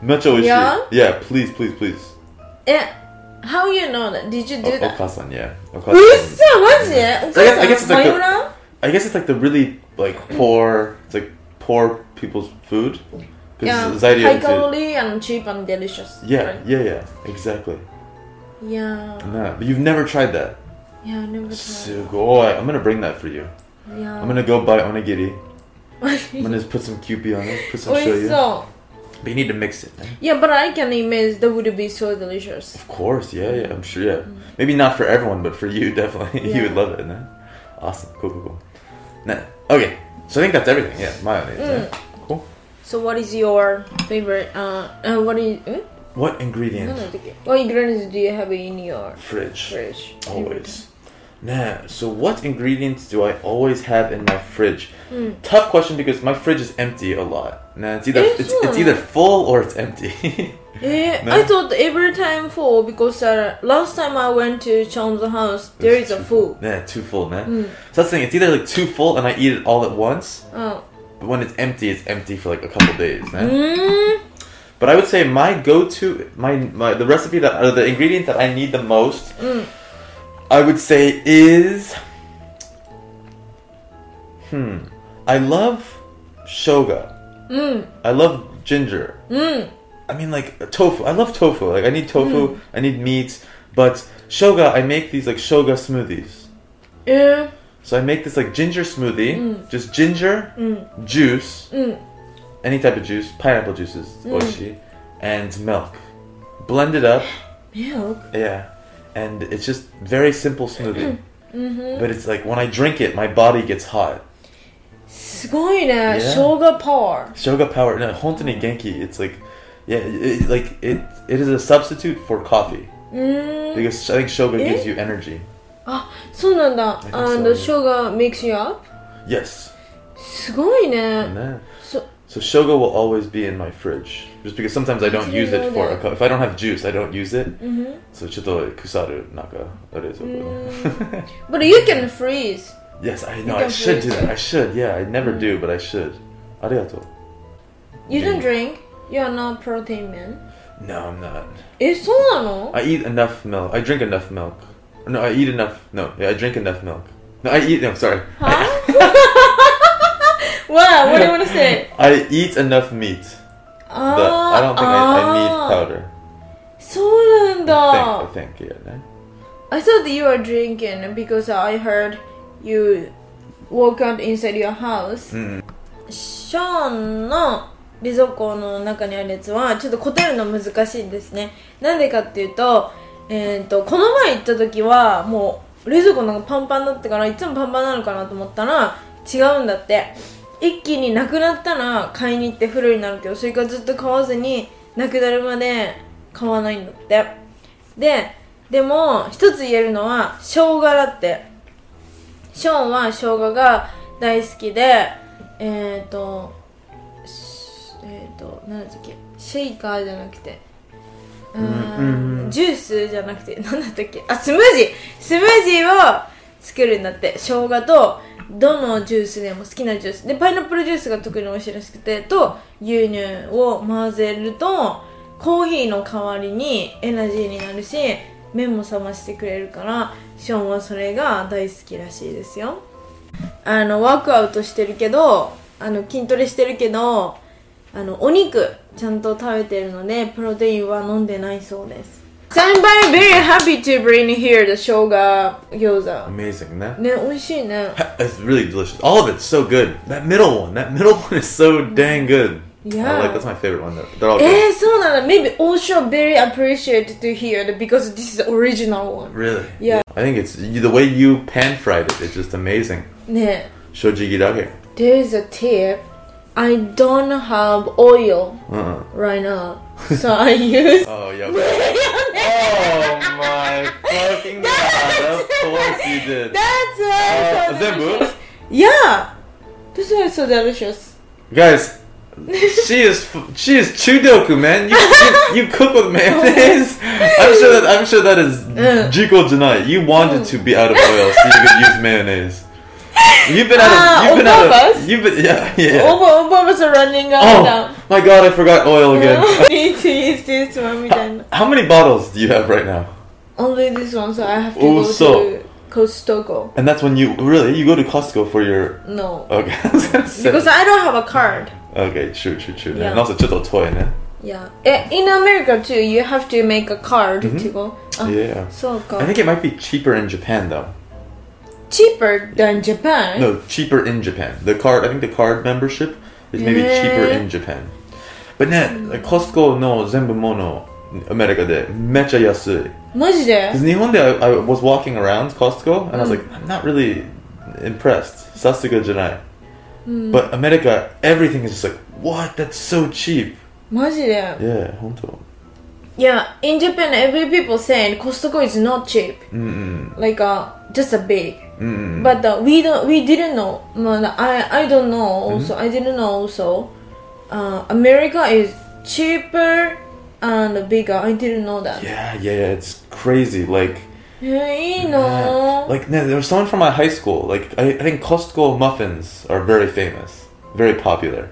Speaker 1: Mecha oishi.
Speaker 2: Mm.
Speaker 1: yeah,
Speaker 2: Yeah?
Speaker 1: please, please, please.
Speaker 2: え、How Eh, you know that? Did you do
Speaker 1: O-
Speaker 2: that?
Speaker 1: Okasan, yeah.
Speaker 2: うっ
Speaker 1: Okasan.
Speaker 2: そ、マジでお
Speaker 1: Oh, I guess- I
Speaker 2: 母
Speaker 1: guess it's
Speaker 2: さん、マ
Speaker 1: like
Speaker 2: ヨ
Speaker 1: the-
Speaker 2: ラー
Speaker 1: I guess it's like the really like poor, it's like poor people's food. 'Cause
Speaker 2: Yeah,
Speaker 1: Zaire
Speaker 2: high
Speaker 1: is it-
Speaker 2: calorie and cheap and delicious.
Speaker 1: Yeah, yeah, yeah, exactly.
Speaker 2: Right? Yeah.
Speaker 1: No, but you've never tried that.
Speaker 2: Yeah, I never tried. Oh.
Speaker 1: Sugoi. I'm gonna bring that for you.
Speaker 2: Yeah.
Speaker 1: I'm gonna go buy onigiri. I'm
Speaker 2: 美
Speaker 1: gonna just put some QP on it, put some
Speaker 2: 味し
Speaker 1: shoyu.
Speaker 2: そ
Speaker 1: But you need to mix it. man.
Speaker 2: う。Yeah, but I can imagine that would be so delicious.
Speaker 1: Of course, yeah, yeah, I'm sure, yeah. Maybe not for everyone, but for you, definitely. you would
Speaker 2: Mm. Yeah.
Speaker 1: love it, man. Awesome, cool, cool, cool. Nah. Okay, so I think that's everything, yeah, mayonnaise.
Speaker 2: Mm.
Speaker 1: yeah. Cool.
Speaker 2: So what is your favorite? Uh, uh what is? ん
Speaker 1: What
Speaker 2: 何
Speaker 1: ingredient?
Speaker 2: だったっけ What ingredients do you have in your
Speaker 1: Fridge.
Speaker 2: Mm. fridge?
Speaker 1: Always. Nah, so what ingredients do I always have in my fridge?
Speaker 2: Mm.
Speaker 1: Tough question because my fridge is empty a lot. Nah, it's either
Speaker 2: Eh,
Speaker 1: it's,
Speaker 2: sure.
Speaker 1: it's either full or it's empty.
Speaker 2: えー、
Speaker 1: ね
Speaker 2: I thought every time full because、uh, last time I went to Chom's house there is a full. Mm.
Speaker 1: nah, too full, man. So that's the thing, it's either like too full and I eat it all at once,
Speaker 2: うん。
Speaker 1: but when it's empty, it's empty for like a couple days, nah?
Speaker 2: Mm. うん。
Speaker 1: But I would say my go-to, my, my the recipe that or the ingredient that I need the most, I would say is, hmm, I love shoga.
Speaker 2: うん。
Speaker 1: I love ginger.
Speaker 2: うん。
Speaker 1: I mean, like tofu. I love tofu. Like I need tofu. I need meat. But shoga, I make these like shoga smoothies.
Speaker 2: えー、
Speaker 1: So I make this like ginger smoothie,
Speaker 2: Mm.
Speaker 1: just ginger, juice,
Speaker 2: うん。
Speaker 1: any type of juice, pineapple juices,
Speaker 2: Mm.
Speaker 1: oishi, and milk. Blend it up,
Speaker 2: Milk?
Speaker 1: yeah, and it's just very simple smoothie.
Speaker 2: Mm-hmm.
Speaker 1: But it's like when I drink it, my body gets hot.
Speaker 2: すごいね。
Speaker 1: Yeah.
Speaker 2: 生姜パワ
Speaker 1: Shoga power, no, hontani genki. It's like, yeah, it, like it. It is a substitute for coffee
Speaker 2: ー。うーん。
Speaker 1: because I think shoga
Speaker 2: Eh?
Speaker 1: gives you energy.
Speaker 2: あ、そうなんだ。
Speaker 1: think so.
Speaker 2: And sugar mix you up?
Speaker 1: Yes,
Speaker 2: すごいね。
Speaker 1: and, uh,
Speaker 2: そ
Speaker 1: so shoga will always be in my fridge just because sometimes I don't
Speaker 2: didn't
Speaker 1: use it
Speaker 2: know
Speaker 1: for a
Speaker 2: that.
Speaker 1: cup. If I don't have juice, I don't use it.
Speaker 2: mm-hmm.
Speaker 1: So chito kusaru naka arezo.
Speaker 2: But you can freeze.
Speaker 1: Yes, I know.
Speaker 2: You
Speaker 1: I
Speaker 2: can
Speaker 1: should do
Speaker 2: freeze
Speaker 1: that.
Speaker 2: it.
Speaker 1: I should. Yeah, I never do, but I should. Arigato.
Speaker 2: You don't drink. You are not protein man. Eh,
Speaker 1: No, I'm not.
Speaker 2: え、そうなの
Speaker 1: I eat enough milk. I drink enough milk. No, I eat enough. No, yeah, I drink enough milk. No, I eat. No, sorry.
Speaker 2: は Wow, what do you want to say?
Speaker 1: I eat enough meat, but I don't think I,
Speaker 2: Ah,
Speaker 1: I need
Speaker 2: あーあ
Speaker 1: powder.
Speaker 2: ーそうなん
Speaker 1: I
Speaker 2: だ。
Speaker 1: think. I think. Yeah. no.
Speaker 2: I thought you were drinking because I heard you walk out inside your house.
Speaker 1: ん
Speaker 2: ショーンの冷蔵庫の中にあるやつはちょっと答えるの難しいですね。なんでかっていうと、えっ、と、この前行った時はもう冷蔵庫なんかパンパンだったからいつもパンパンなのかなと思ったら違うんだって。一気になくなったら買いに行ってフルになるけど、それからずっと買わずになくなるまで買わないんだって。ででも一つ言えるのは生姜だってショーンは生姜が大好きでえっ、ー、としえっ、ー、と何だったっけシェイカーじゃなくてうーんジュースじゃなくて何だったっけあスムージースムージーを作るんだって生姜とどのジュースでも好きなジュースでパイナップルジュースが特に美味しいらしくてと牛乳を混ぜるとコーヒーの代わりにエナジーになるし目も覚ましてくれるからショーンはそれが大好きらしいですよあのワークアウトしてるけどあの筋トレしてるけどあのお肉ちゃんと食べてるのでプロテインは飲んでないそうです I'm very, very happy to bring here the shoga gyoza
Speaker 1: Amazing. No?
Speaker 2: ね美味しいね
Speaker 1: It's really delicious. All of it's so good. That middle one, that middle one is so dang good. I
Speaker 2: Yeah.
Speaker 1: like that's my favorite one. Though. They're all
Speaker 2: え
Speaker 1: good.
Speaker 2: ー、そうなんだ Maybe also very appreciated to hear that because this is the original one
Speaker 1: Really?
Speaker 2: Yeah.
Speaker 1: I think it's you, the way you pan fried it. It's just amazing.
Speaker 2: ね
Speaker 1: Shoji dage.
Speaker 2: There is a tip I don't have oil
Speaker 1: Uh.
Speaker 2: right now so I use
Speaker 1: Oh yeah. oh my fucking god! Of course you did.
Speaker 2: That's why
Speaker 1: Uh,
Speaker 2: so
Speaker 1: Zebu?
Speaker 2: delicious. Yeah. This is so delicious.
Speaker 1: Guys, she is she is chudoku man. You, you, you cook with mayonnaise. I'm sure that I'm sure that is
Speaker 2: Uh.
Speaker 1: jiko janai. You wanted to be out of oil so you could use mayonnaise. You've been out
Speaker 2: Ah,
Speaker 1: of you've been out
Speaker 2: Obama's?
Speaker 1: of you've been yeah yeah. yeah.
Speaker 2: All of us are running up and
Speaker 1: Oh
Speaker 2: down.
Speaker 1: my god, I forgot oil again.
Speaker 2: need to use this one みたいな。
Speaker 1: How many bottles do you have right now?
Speaker 2: Only this one, so I have to
Speaker 1: Oh,
Speaker 2: go
Speaker 1: so-
Speaker 2: to Costco.
Speaker 1: And that's when you really you go to Costco for your
Speaker 2: No.
Speaker 1: okay. I was gonna say-
Speaker 2: Because I don't have a card.
Speaker 1: okay, true, true, true.
Speaker 2: Yeah.
Speaker 1: And also, just a toy, man.
Speaker 2: Yeah. Eh, In America too, you have to make a card
Speaker 1: Mm-hmm.
Speaker 2: to go. あ、
Speaker 1: Yeah.
Speaker 2: そうか
Speaker 1: I。think it might be cheaper in Japan though.
Speaker 2: Cheaper than Japan?
Speaker 1: No, cheaper in Japan. The card, I think the card membership is maybe
Speaker 2: Yeah.
Speaker 1: cheaper in Japan. But ne, Costco no zenbumono America de mecha yasui.
Speaker 2: マジで
Speaker 1: Because Nihon I, I was walking around Costco and I was like, I'm not really impressed. Sasuga janai. But America, everything is just like, what? That's so cheap.
Speaker 2: マジで
Speaker 1: Yeah, honto.
Speaker 2: Yeah, in Japan, every people saying Costco is not cheap.
Speaker 1: Mm-mm.
Speaker 2: Like, uh, just a big.
Speaker 1: Mm-mm.
Speaker 2: But uh, we don't, we didn't know. Well, I, I don't know.
Speaker 1: Mm-hmm.
Speaker 2: Also, I didn't know. Also, uh, America is cheaper and bigger. I didn't know that.
Speaker 1: Yeah, yeah, yeah, it's crazy. Like,
Speaker 2: えいい
Speaker 1: Yeah.
Speaker 2: の
Speaker 1: Like no, there was someone from my high school. Like I, I think Costco muffins are very famous, very popular.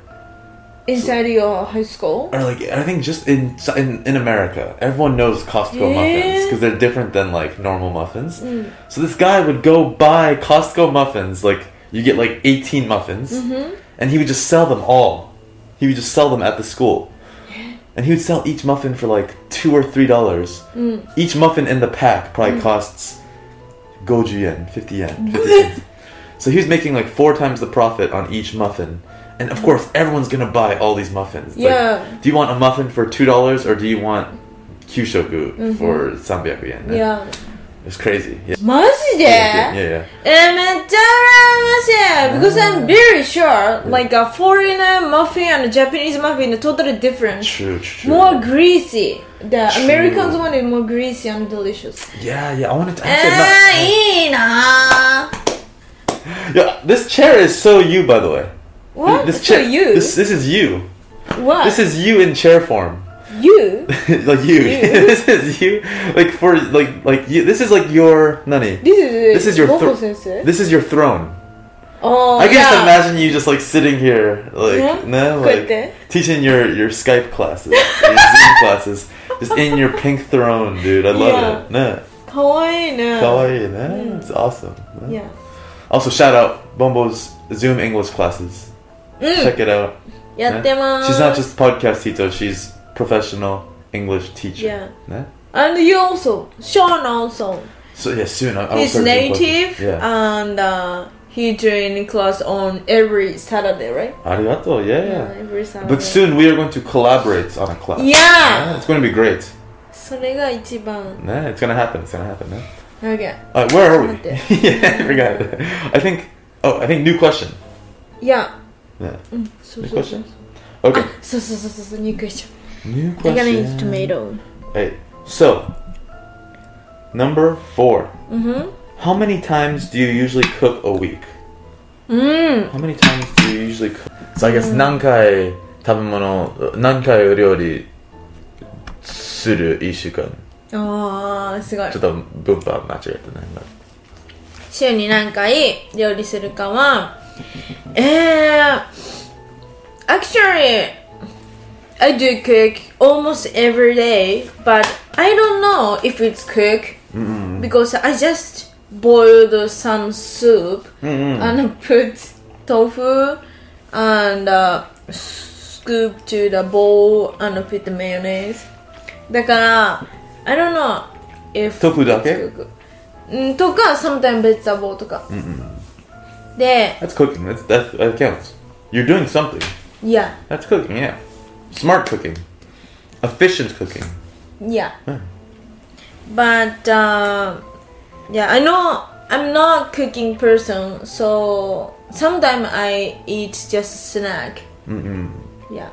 Speaker 2: inside your high school.
Speaker 1: Or like I think just in in, in America, everyone knows Costco
Speaker 2: Yeah.
Speaker 1: muffins because they're different than like normal muffins. So this guy would go buy Costco muffins. Like you get like eighteen muffins, and he would just sell them all. He would just sell them at the school. And he would sell each muffin for like two or three dollars. Each muffin in the pack probably costs goju yen, fifty yen, fifty cents. So he was making like four times the profit on each muffin. And of course, everyone's gonna buy all these muffins. It's like,
Speaker 2: Yeah.
Speaker 1: do you want a muffin for two dollars or do you want kyushoku
Speaker 2: Mm-hmm.
Speaker 1: for 300 yen?
Speaker 2: y e a
Speaker 1: It's crazy. Yeah.
Speaker 2: マジで
Speaker 1: Yeah, yeah, yeah.
Speaker 2: えめっちゃ羨ましい Because
Speaker 1: Ah.
Speaker 2: I'm very sure like a foreigner muffin and a Japanese muffin are totally different
Speaker 1: True, true.
Speaker 2: More greasy The
Speaker 1: True.
Speaker 2: Americans one is more greasy and delicious
Speaker 1: Yeah, yeah. I wanted to.
Speaker 2: え
Speaker 1: Actually, I'm
Speaker 2: ー
Speaker 1: not-
Speaker 2: いいな
Speaker 1: yeah, this chair is so you, by the way.
Speaker 2: What?
Speaker 1: This
Speaker 2: So
Speaker 1: chair.
Speaker 2: you? Ah.
Speaker 1: This, this is you.
Speaker 2: What?
Speaker 1: This is you in chair form.
Speaker 2: You?
Speaker 1: like you.
Speaker 2: You.
Speaker 1: this is you. Like for like like you. This is like your nani.
Speaker 2: This is
Speaker 1: This is your
Speaker 2: Boko
Speaker 1: thro-
Speaker 2: sensei?
Speaker 1: This is your throne.
Speaker 2: Oh,
Speaker 1: I can just
Speaker 2: yeah.
Speaker 1: imagine you just like sitting here, like
Speaker 2: Yeah.
Speaker 1: no,
Speaker 2: Good
Speaker 1: like
Speaker 2: day.
Speaker 1: teaching your your Skype classes, your Zoom classes, just in your pink throne, dude. I love
Speaker 2: Yeah.
Speaker 1: it. No,
Speaker 2: かわいいね
Speaker 1: kawaii, no, it's awesome. No.
Speaker 2: Yeah.
Speaker 1: Also, shout out Bombo's Zoom English classes.
Speaker 2: Mm.
Speaker 1: Check it out.
Speaker 2: やって
Speaker 1: no.
Speaker 2: ま
Speaker 1: She's not
Speaker 2: ーす
Speaker 1: just podcast tito. She's professional English teacher.
Speaker 2: Yeah.
Speaker 1: No?
Speaker 2: And you also Sean also
Speaker 1: So yeah, soon I, I will
Speaker 2: He's
Speaker 1: start Zoom classes.
Speaker 2: native
Speaker 1: Yeah.
Speaker 2: and uh, he joined class on every Saturday, right?
Speaker 1: Arigato. Yeah. yeah.
Speaker 2: every Saturday.
Speaker 1: But soon Ah. we are going to collaborate on a class. Yeah,
Speaker 2: Yeah!
Speaker 1: it's going to be great.
Speaker 2: それが一番。
Speaker 1: Nah, it's gonna happen. It's gonna happen. Nah.
Speaker 2: Okay.
Speaker 1: All right, where are we?
Speaker 2: Not there.
Speaker 1: yeah, I forgot. I think. Oh, I think new question.
Speaker 2: Yeah.
Speaker 1: Yeah. New
Speaker 2: そうそうそう
Speaker 1: question.。Okay.
Speaker 2: そうそうそうそう、new question.
Speaker 1: New
Speaker 2: I
Speaker 1: question.
Speaker 2: gotta eat tomato.
Speaker 1: Hey, so number four.
Speaker 2: Mhm.
Speaker 1: How many times do you usually cook a week?
Speaker 2: うん。
Speaker 1: How many times do you usually cook? So I guess 何回食べ物何回お料理する1週間ちょっと文法間違えた
Speaker 2: ああ、すごい。週に何回料理するかはえー、actually I do cook almost every day but I don't know if it's cook because I just boiled some soup and put tofu and uh, scoop to the bowl and put the mayonnaise だから I don't know if
Speaker 1: 豆腐だけ
Speaker 2: it's cook うんとか sometimes vegetable とか、で
Speaker 1: That's cooking. That's, that, that counts. You're doing something.
Speaker 2: いや
Speaker 1: That's cooking, yeah. Smart cooking. Efficient cooking.
Speaker 2: いや but uh, yeah I know I'm not cooking person so sometimes I eat just snack yeah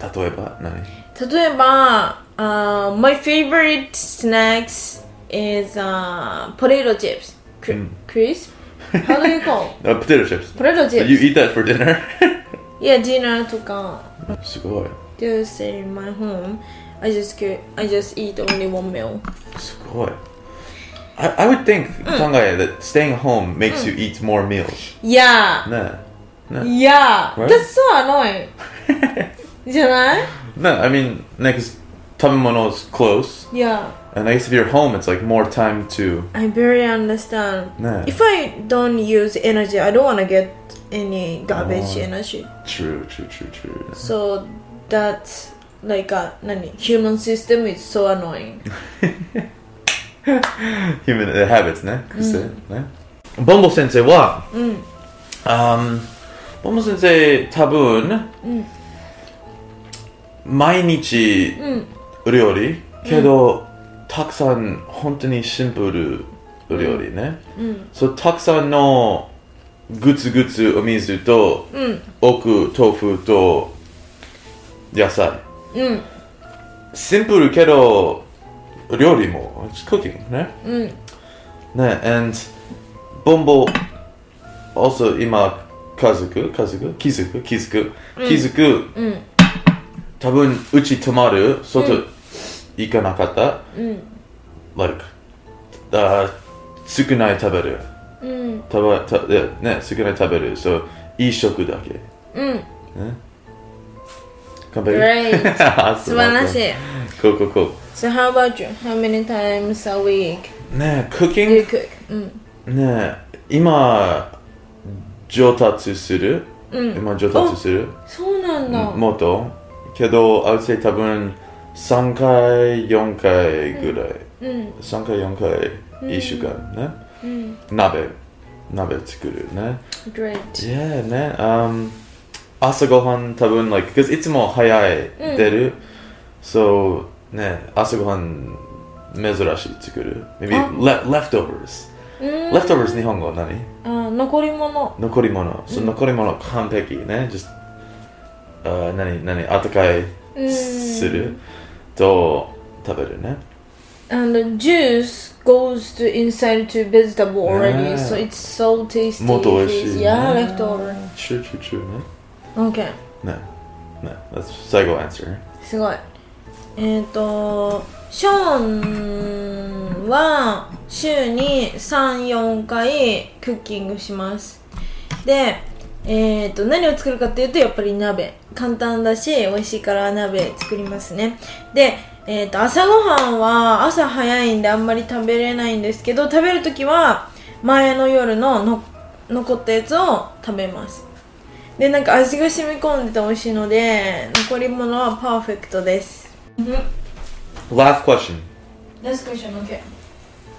Speaker 1: 例えば何
Speaker 2: 例えば、uh, my favorite snacks is、uh, potato chips Cri- crisp how do you call
Speaker 1: Uh, potato chips.
Speaker 2: potato chips
Speaker 1: You eat that for dinner?
Speaker 2: yeah, dinner とか
Speaker 1: Sugoi.
Speaker 2: Tuesday in my home, I just could, I just eat only one meal.
Speaker 1: Sugoi. I, I would think,
Speaker 2: Mm.
Speaker 1: Kangae, that staying home makes you eat more meals.
Speaker 2: Yeah,
Speaker 1: Nah.
Speaker 2: yeah,
Speaker 1: Right?
Speaker 2: that's so annoying. じゃない
Speaker 1: no, I mean, because tabemono is close.
Speaker 2: Yeah,
Speaker 1: And I guess if you're home, it's like more time to.
Speaker 2: I barely understand.
Speaker 1: Nah.
Speaker 2: If I don't use energy, I don't want to get any garbage
Speaker 1: Oh.
Speaker 2: energy.
Speaker 1: True, true, true, true.
Speaker 2: So that's like a 何 human system is so annoying.
Speaker 1: Human uh, habits, ne?
Speaker 2: Mm.
Speaker 1: ne? Bumble sensei wa? Um, Bumble sensei tabun. Mainichi
Speaker 2: mm,
Speaker 1: ryori. Kedo takusan hontoni simpuru ryori ne. So takusan no gutsu gutsu o mizu to
Speaker 2: うん、
Speaker 1: oku tofu to yasai.
Speaker 2: うん、
Speaker 1: Simple けど料理も it's cooking ね
Speaker 2: うん。
Speaker 1: ね and ボンボ also 今家族家族気づく気づく気づく、
Speaker 2: うん
Speaker 1: 多分うち泊まる外行かなかった、
Speaker 2: ん
Speaker 1: like あー少ない食べる
Speaker 2: うん、
Speaker 1: たばたでね少ない食べる so いい食だけ
Speaker 2: うん、
Speaker 1: 完璧
Speaker 2: mm. Great
Speaker 1: 素
Speaker 2: 素晴らし
Speaker 1: い
Speaker 2: い。
Speaker 1: こうこうこ
Speaker 2: So how about you? How many times a week Mm,
Speaker 1: うね cooking
Speaker 2: do you cook? うん、
Speaker 1: ねえ今上達する、
Speaker 2: うん
Speaker 1: 今上達する
Speaker 2: そうなんだ。
Speaker 1: もっとけど I would say 多分3回4回ぐらい、
Speaker 2: うん、
Speaker 1: 3回4回1週間ね、
Speaker 2: mm.
Speaker 1: 鍋鍋作るね
Speaker 2: great.
Speaker 1: いやね、um, 朝ごはん多分 like 'cause いつも早い出る、そうね朝ごはん珍しい作る maybe
Speaker 2: あ
Speaker 1: le- leftovers
Speaker 2: うん、
Speaker 1: leftovers 日本語何
Speaker 2: あ残り物。
Speaker 1: 残り物、その残り物完璧ね、just あー何何温かいすると食べるね。
Speaker 2: And the juice goes to inside to vegetable already,
Speaker 1: ね
Speaker 2: so it's so tasty.
Speaker 1: もっと美味しいね。
Speaker 2: Yeah, leftover.
Speaker 1: チューチューチューね。
Speaker 2: Okay.
Speaker 1: ね、ね、that's 最後 answer。
Speaker 2: すごいえっ、とショーンは週に34回クッキングしますでえー、と何を作るかっていうとやっぱり鍋簡単だし美味しいから鍋作りますねで、えー、と朝ごはんは朝早いんであんまり食べれないんですけど食べる時は前の夜のの残ったやつを食べますでなんか味が染み込んでて美味しいので残り物はパーフェクトです
Speaker 1: Last question.
Speaker 2: Last question, okay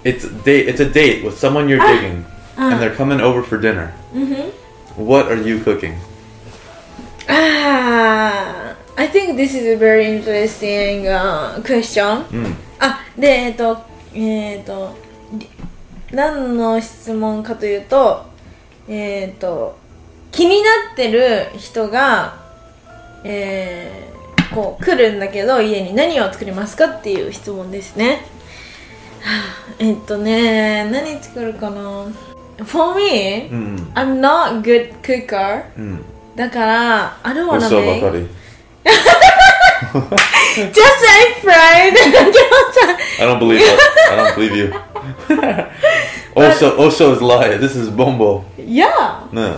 Speaker 1: It's a date. It's a date with someone
Speaker 2: Ah!
Speaker 1: you're digging, and they're coming over for dinner. What are you cooking?
Speaker 2: Ah, I think this is a very interesting uh, question.
Speaker 1: うん。
Speaker 2: あ、で、えっ、と、えっ、と、り何の質問かというと、えっ、と、気になってる人が、えーこう、来るんだけど、家に何を作りますかっていう質問ですね。 はあえっ、とね、何作るかな For
Speaker 1: う
Speaker 2: me,
Speaker 1: ん。
Speaker 2: I'm not good cooker.
Speaker 1: うん。
Speaker 2: だから、I don't
Speaker 1: ご
Speaker 2: wanna
Speaker 1: ちそうばか
Speaker 2: make
Speaker 1: り。
Speaker 2: just I fried 餃
Speaker 1: I don't believe that. I don't believe you. also, also is lie. This is Bombo.
Speaker 2: 子 Yeah!
Speaker 1: ね。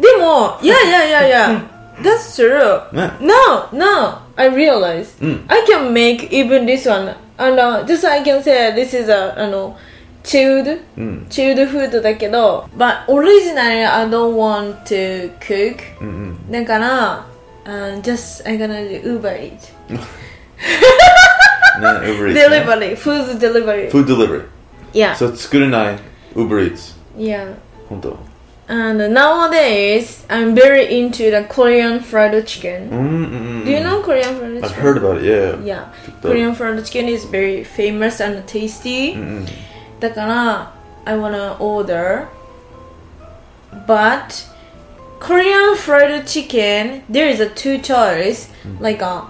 Speaker 2: で も、いやいやいやいや That's true!
Speaker 1: ね。
Speaker 2: No! No! I realize
Speaker 1: うん
Speaker 2: I can make even this one あの、just I can say this is a あの chilled
Speaker 1: うん
Speaker 2: chilled food だけど But originally I don't want to cook
Speaker 1: うんうん
Speaker 2: だから、uh, just I gonna do Uber Eats
Speaker 1: ね Uber Eats ね
Speaker 2: Delivery Food delivery
Speaker 1: Food delivery
Speaker 2: Yeah
Speaker 1: そう作れない Uber Eats
Speaker 2: Yeah
Speaker 1: 本当
Speaker 2: And nowadays, I'm very into the Korean fried
Speaker 1: う
Speaker 2: chicken.
Speaker 1: んうんうん
Speaker 2: Do you know Korean fried
Speaker 1: Hmm. Mm, I've
Speaker 2: chicken?
Speaker 1: heard about it yeah
Speaker 2: Yeah,
Speaker 1: 聞いた
Speaker 2: Korean fried chicken is very famous and tasty.
Speaker 1: うんうん
Speaker 2: だから、I wanna order. But Korean fried chicken, there is a two choice,
Speaker 1: Mm.
Speaker 2: like a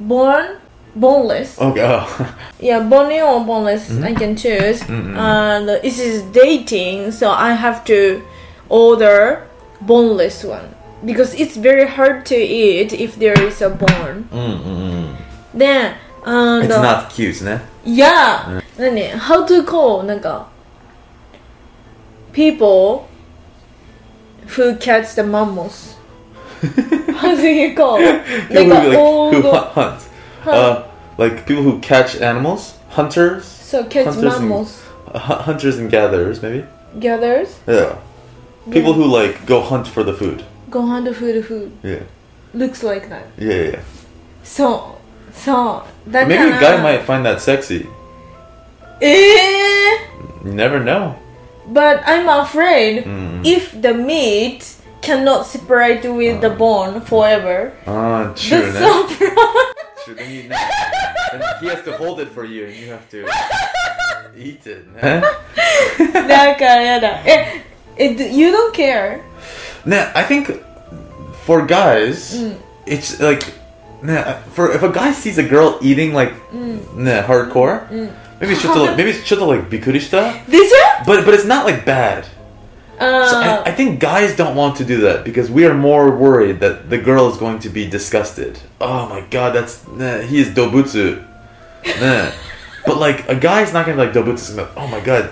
Speaker 2: bone, boneless.
Speaker 1: Okay
Speaker 2: Yeah, bony or boneless,
Speaker 1: Mm-hmm.
Speaker 2: I can choose. And this is dating, so I have to order boneless one.
Speaker 1: oh
Speaker 2: because it's very hard to eat if there is a bone.
Speaker 1: うんうんうん。
Speaker 2: Then, uh,
Speaker 1: Mm, It's
Speaker 2: the-
Speaker 1: not cute ね。
Speaker 2: yeah. 何 How to call なんか people who catch the mammals. How do you call?
Speaker 1: People
Speaker 2: な
Speaker 1: who,
Speaker 2: んか
Speaker 1: like,
Speaker 2: オ
Speaker 1: who
Speaker 2: ー
Speaker 1: hunt. hunt. Uh, like people who catch animals, hunters,
Speaker 2: So catch
Speaker 1: hunters and-
Speaker 2: mammals
Speaker 1: hu- hunters and gatherers, maybe.
Speaker 2: gathers
Speaker 1: Yeah. People who like go hunt for the food.
Speaker 2: go hunt food food
Speaker 1: Yeah.
Speaker 2: looks like that.
Speaker 1: Yeah, yeah. yeah.
Speaker 2: そうそうだから
Speaker 1: Maybe a guy might find that sexy.
Speaker 2: ええ
Speaker 1: You never know.
Speaker 2: Eh, But I'm afraid
Speaker 1: Mm.
Speaker 2: if the meat cannot separate with the bone forever,
Speaker 1: Ah, Uh, true.
Speaker 2: that's
Speaker 1: Then,
Speaker 2: so problem.
Speaker 1: true. Then, you, then he has to hold it for you, and you have to eat it. Huh?
Speaker 2: だからやだ。え、え、do- Eh, you don't care?
Speaker 1: Nah, I think for guys, it's like nah. For if a guy sees a girl eating like nah hardcore, maybe it's just like maybe it's just like bikurishita,
Speaker 2: でしょ
Speaker 1: but but it's not like bad. So
Speaker 2: あ
Speaker 1: I, I think guys don't want to do that because we are more worried that the girl is going to be disgusted. Oh my god, that's nah, he is dobutsu. Nah. but like a guy's not gonna be like dobutsu. he's gonna be like, Oh my god,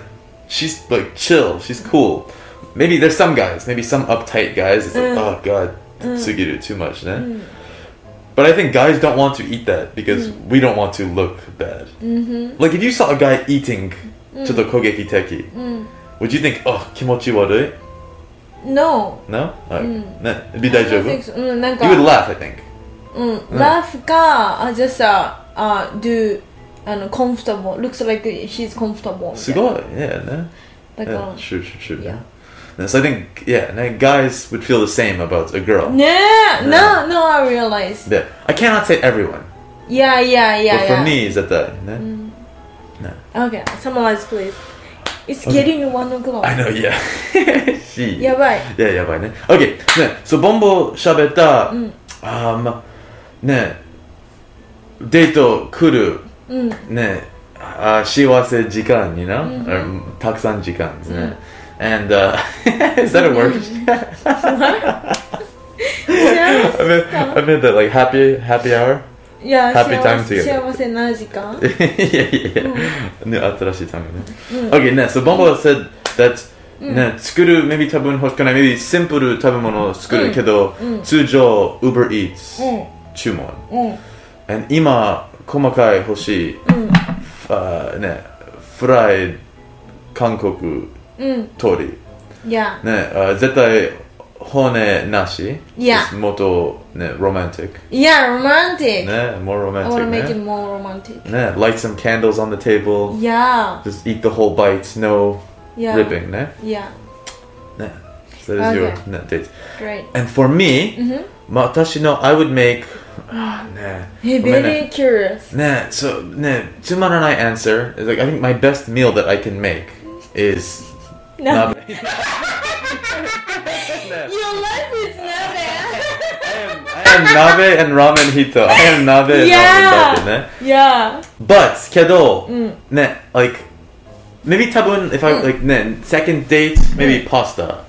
Speaker 1: she's like chill, she's cool. Maybe there's some guys, maybe some uptight guys. It's like oh god, sugiru too much. Nah. But I think guys don't want to eat that because we don't want to look bad.
Speaker 2: mm-hmm,
Speaker 1: Like if you saw a guy eating to the kogeki teki,
Speaker 2: mm.
Speaker 1: would you think, oh, kimochi warui?
Speaker 2: ー No.
Speaker 1: No? Like,
Speaker 2: Mm.
Speaker 1: no, it'd be
Speaker 2: I don't think
Speaker 1: daijobu.
Speaker 2: so. うん、なんか
Speaker 1: You、would Mm. laugh, I think.
Speaker 2: うん、laugh Mm, か、あ、just a, uh, do, あの、comfortable. Looks like he's comfortable. um, みたいな
Speaker 1: Sugoi, yeah, no?
Speaker 2: だか
Speaker 1: Yeah,
Speaker 2: ら、
Speaker 1: sure, sure, sure.
Speaker 2: Yeah.
Speaker 1: No, So I think, yeah, no, guys would feel the same about a girl.
Speaker 2: ねえ No, no, I realize.
Speaker 1: Yeah. I cannot say everyone,
Speaker 2: Yeah, yeah, yeah,
Speaker 1: but for
Speaker 2: yeah. Mm.
Speaker 1: me, it's at that. No?
Speaker 2: Okay, summarize please. It's
Speaker 1: Okay.
Speaker 2: getting one o'clock.
Speaker 1: I know, yeah. she.
Speaker 2: やばい。
Speaker 1: いややばいね OK ねそうボンボ喋った、
Speaker 2: Mm.
Speaker 1: あーまねデート来る、
Speaker 2: ん
Speaker 1: ねあー幸せ時間にな、
Speaker 2: Mm-hmm.
Speaker 1: あたくさん時間
Speaker 2: Mm.
Speaker 1: ですね、and、uh, is that a word?
Speaker 2: Mm-hmm.
Speaker 1: I meant, I meant that like happy happy hour?
Speaker 2: いや、
Speaker 1: Happy
Speaker 2: 幸せ
Speaker 1: time together.
Speaker 2: 幸せな時間
Speaker 1: yeah, yeah,
Speaker 2: Mm.
Speaker 1: yeah. ね、新しい単語ね。Okay, ね、so Bumble said that、ね、
Speaker 2: Mm.
Speaker 1: 作る、maybe 多分欲しくない、maybe シンプル食べ物を作
Speaker 2: Mm.
Speaker 1: るけど、通常 Uber Eats、
Speaker 2: うん
Speaker 1: 注文。
Speaker 2: うん。
Speaker 1: And 今、細かい欲しい、
Speaker 2: Mm,
Speaker 1: あーね、フライ、韓国
Speaker 2: うん。
Speaker 1: 通り。
Speaker 2: いや、
Speaker 1: ね、あー絶対骨なし。
Speaker 2: Yeah.
Speaker 1: もっと、ね、ロマンティック。
Speaker 2: いや、ロマンティック。
Speaker 1: ね、more
Speaker 2: I
Speaker 1: romantic
Speaker 2: wanna make it
Speaker 1: ね。
Speaker 2: more romantic.
Speaker 1: ね、light some candles on the table.
Speaker 2: いや、
Speaker 1: Just eat the whole bite, no
Speaker 2: いや、
Speaker 1: ripping, ne?
Speaker 2: いや、
Speaker 1: Ne. So that is your
Speaker 2: Okay.
Speaker 1: net date.
Speaker 2: great. Mm-hmm.
Speaker 1: And for me, watashi no, I would make. Ah, ne.
Speaker 2: え、very curious.
Speaker 1: Ne, so, ne, tsumaranai answer. Is like, I think my best meal that I can make is.
Speaker 2: な
Speaker 1: ramen.
Speaker 2: Your life is not
Speaker 1: I am, I am nabe and ramen hito. I am nabe and
Speaker 2: Yeah. Mm.
Speaker 1: ramen hito, ne?
Speaker 2: bad. いや、
Speaker 1: But, kedo, ne, like, maybe tabun, if I,
Speaker 2: Mm.
Speaker 1: like, ne, second date, maybe pasta.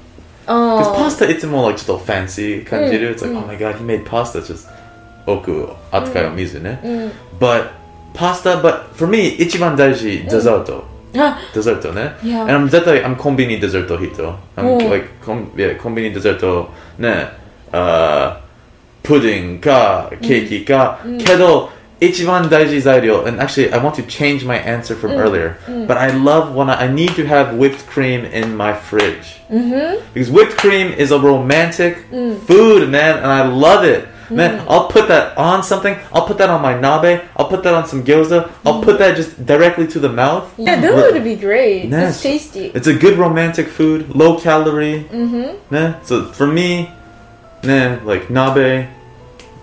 Speaker 2: うん。
Speaker 1: Because pasta, it's more like just all fancy kind of It's like, oh my god, he made pasta. It's just oku atsukai o mizu ne. But pasta, but for me, ichiban daiji dessert.
Speaker 2: あ、
Speaker 1: Dessert ne.
Speaker 2: Yeah.
Speaker 1: And I'm definitely I'm kombini dessert hito. I'm
Speaker 2: Mm.
Speaker 1: like com yeah kombini dessert ne. Uh, pudding ka keiki ka. Kedo ichiban daiji zairyo. And actually, I want to change my answer from earlier. But I love when I, I need to have whipped cream in my fridge. Because whipped cream is a romantic
Speaker 2: Mm.
Speaker 1: food, man, and I love it. Man, I'll put that on something. I'll put that on my nabe. I'll put that on some gyoza. I'll put that just directly to the mouth.
Speaker 2: Yeah, that would be great. That's
Speaker 1: Yes.
Speaker 2: tasty.
Speaker 1: It's a good romantic food, low calorie. Mm-hmm. Nah, so for me, nah, like nabe,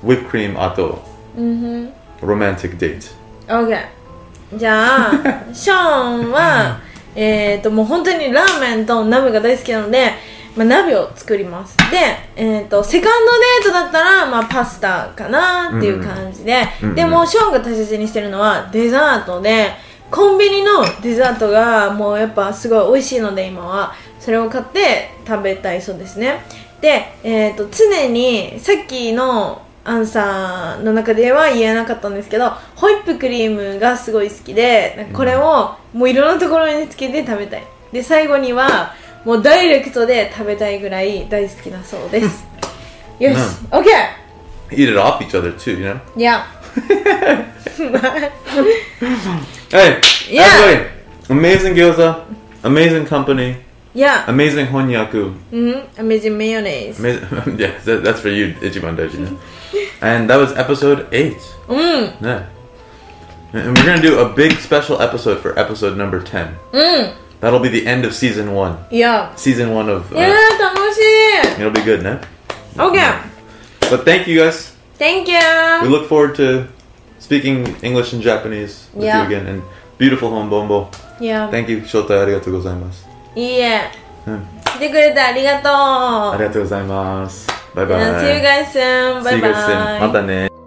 Speaker 1: whipped cream, ato. Mm-hmm. Romantic date.
Speaker 2: OK じゃあショーンはえっともう本当にラーメンと鍋が大好きなので、まあ、鍋を作りますで、えっとセカンドデートだったら、まあ、パスタかなっていう感じで、
Speaker 1: うん
Speaker 2: でもショーンが大切にしてるのはデザートでコンビニのデザートがもうやっぱすごい美味しいので今はそれを買って食べたいそうですねで、えー、と常にさっきのアンサーの中では言えなかったんですけどホイップクリームがすごい好きでなんかこれをもういろんなところにつけて食べたいで最後にはもうダイレクトで食べたいぐらい大好きだそうですよし、OK!
Speaker 1: Eat it off each other too, you know?
Speaker 2: いや
Speaker 1: Hey,
Speaker 2: Yeah.
Speaker 1: everybody! Amazing gyoza, amazing company,
Speaker 2: いや
Speaker 1: amazing honyaku.
Speaker 2: うん Amazing Mayonnaise
Speaker 1: Amazing, yeah, that, that's for you, Ichiban Daijin. and that was episode 8.
Speaker 2: うん
Speaker 1: Yeah. And we're gonna do a big special episode for episode number 10.
Speaker 2: うん
Speaker 1: That'll be the end of season 1.
Speaker 2: いや
Speaker 1: Season 1 of.
Speaker 2: い
Speaker 1: Uh,
Speaker 2: やー楽しい
Speaker 1: it'll be good, no?
Speaker 2: OK!
Speaker 1: But thank you guys.
Speaker 2: Thank you!
Speaker 1: We look forward to speaking English and Japanese with
Speaker 2: Yeah.
Speaker 1: you again. And beautiful home, Bombo.
Speaker 2: いや
Speaker 1: Thank you, Shota. Arigatou gozaimasu.
Speaker 2: いいえ
Speaker 1: うん
Speaker 2: 来てくれてありがとう
Speaker 1: Arigatou gozaimasu. Bye bye.
Speaker 2: See you guys soon.
Speaker 1: See
Speaker 2: Bye
Speaker 1: you guys soon.
Speaker 2: bye.
Speaker 1: Mata ne.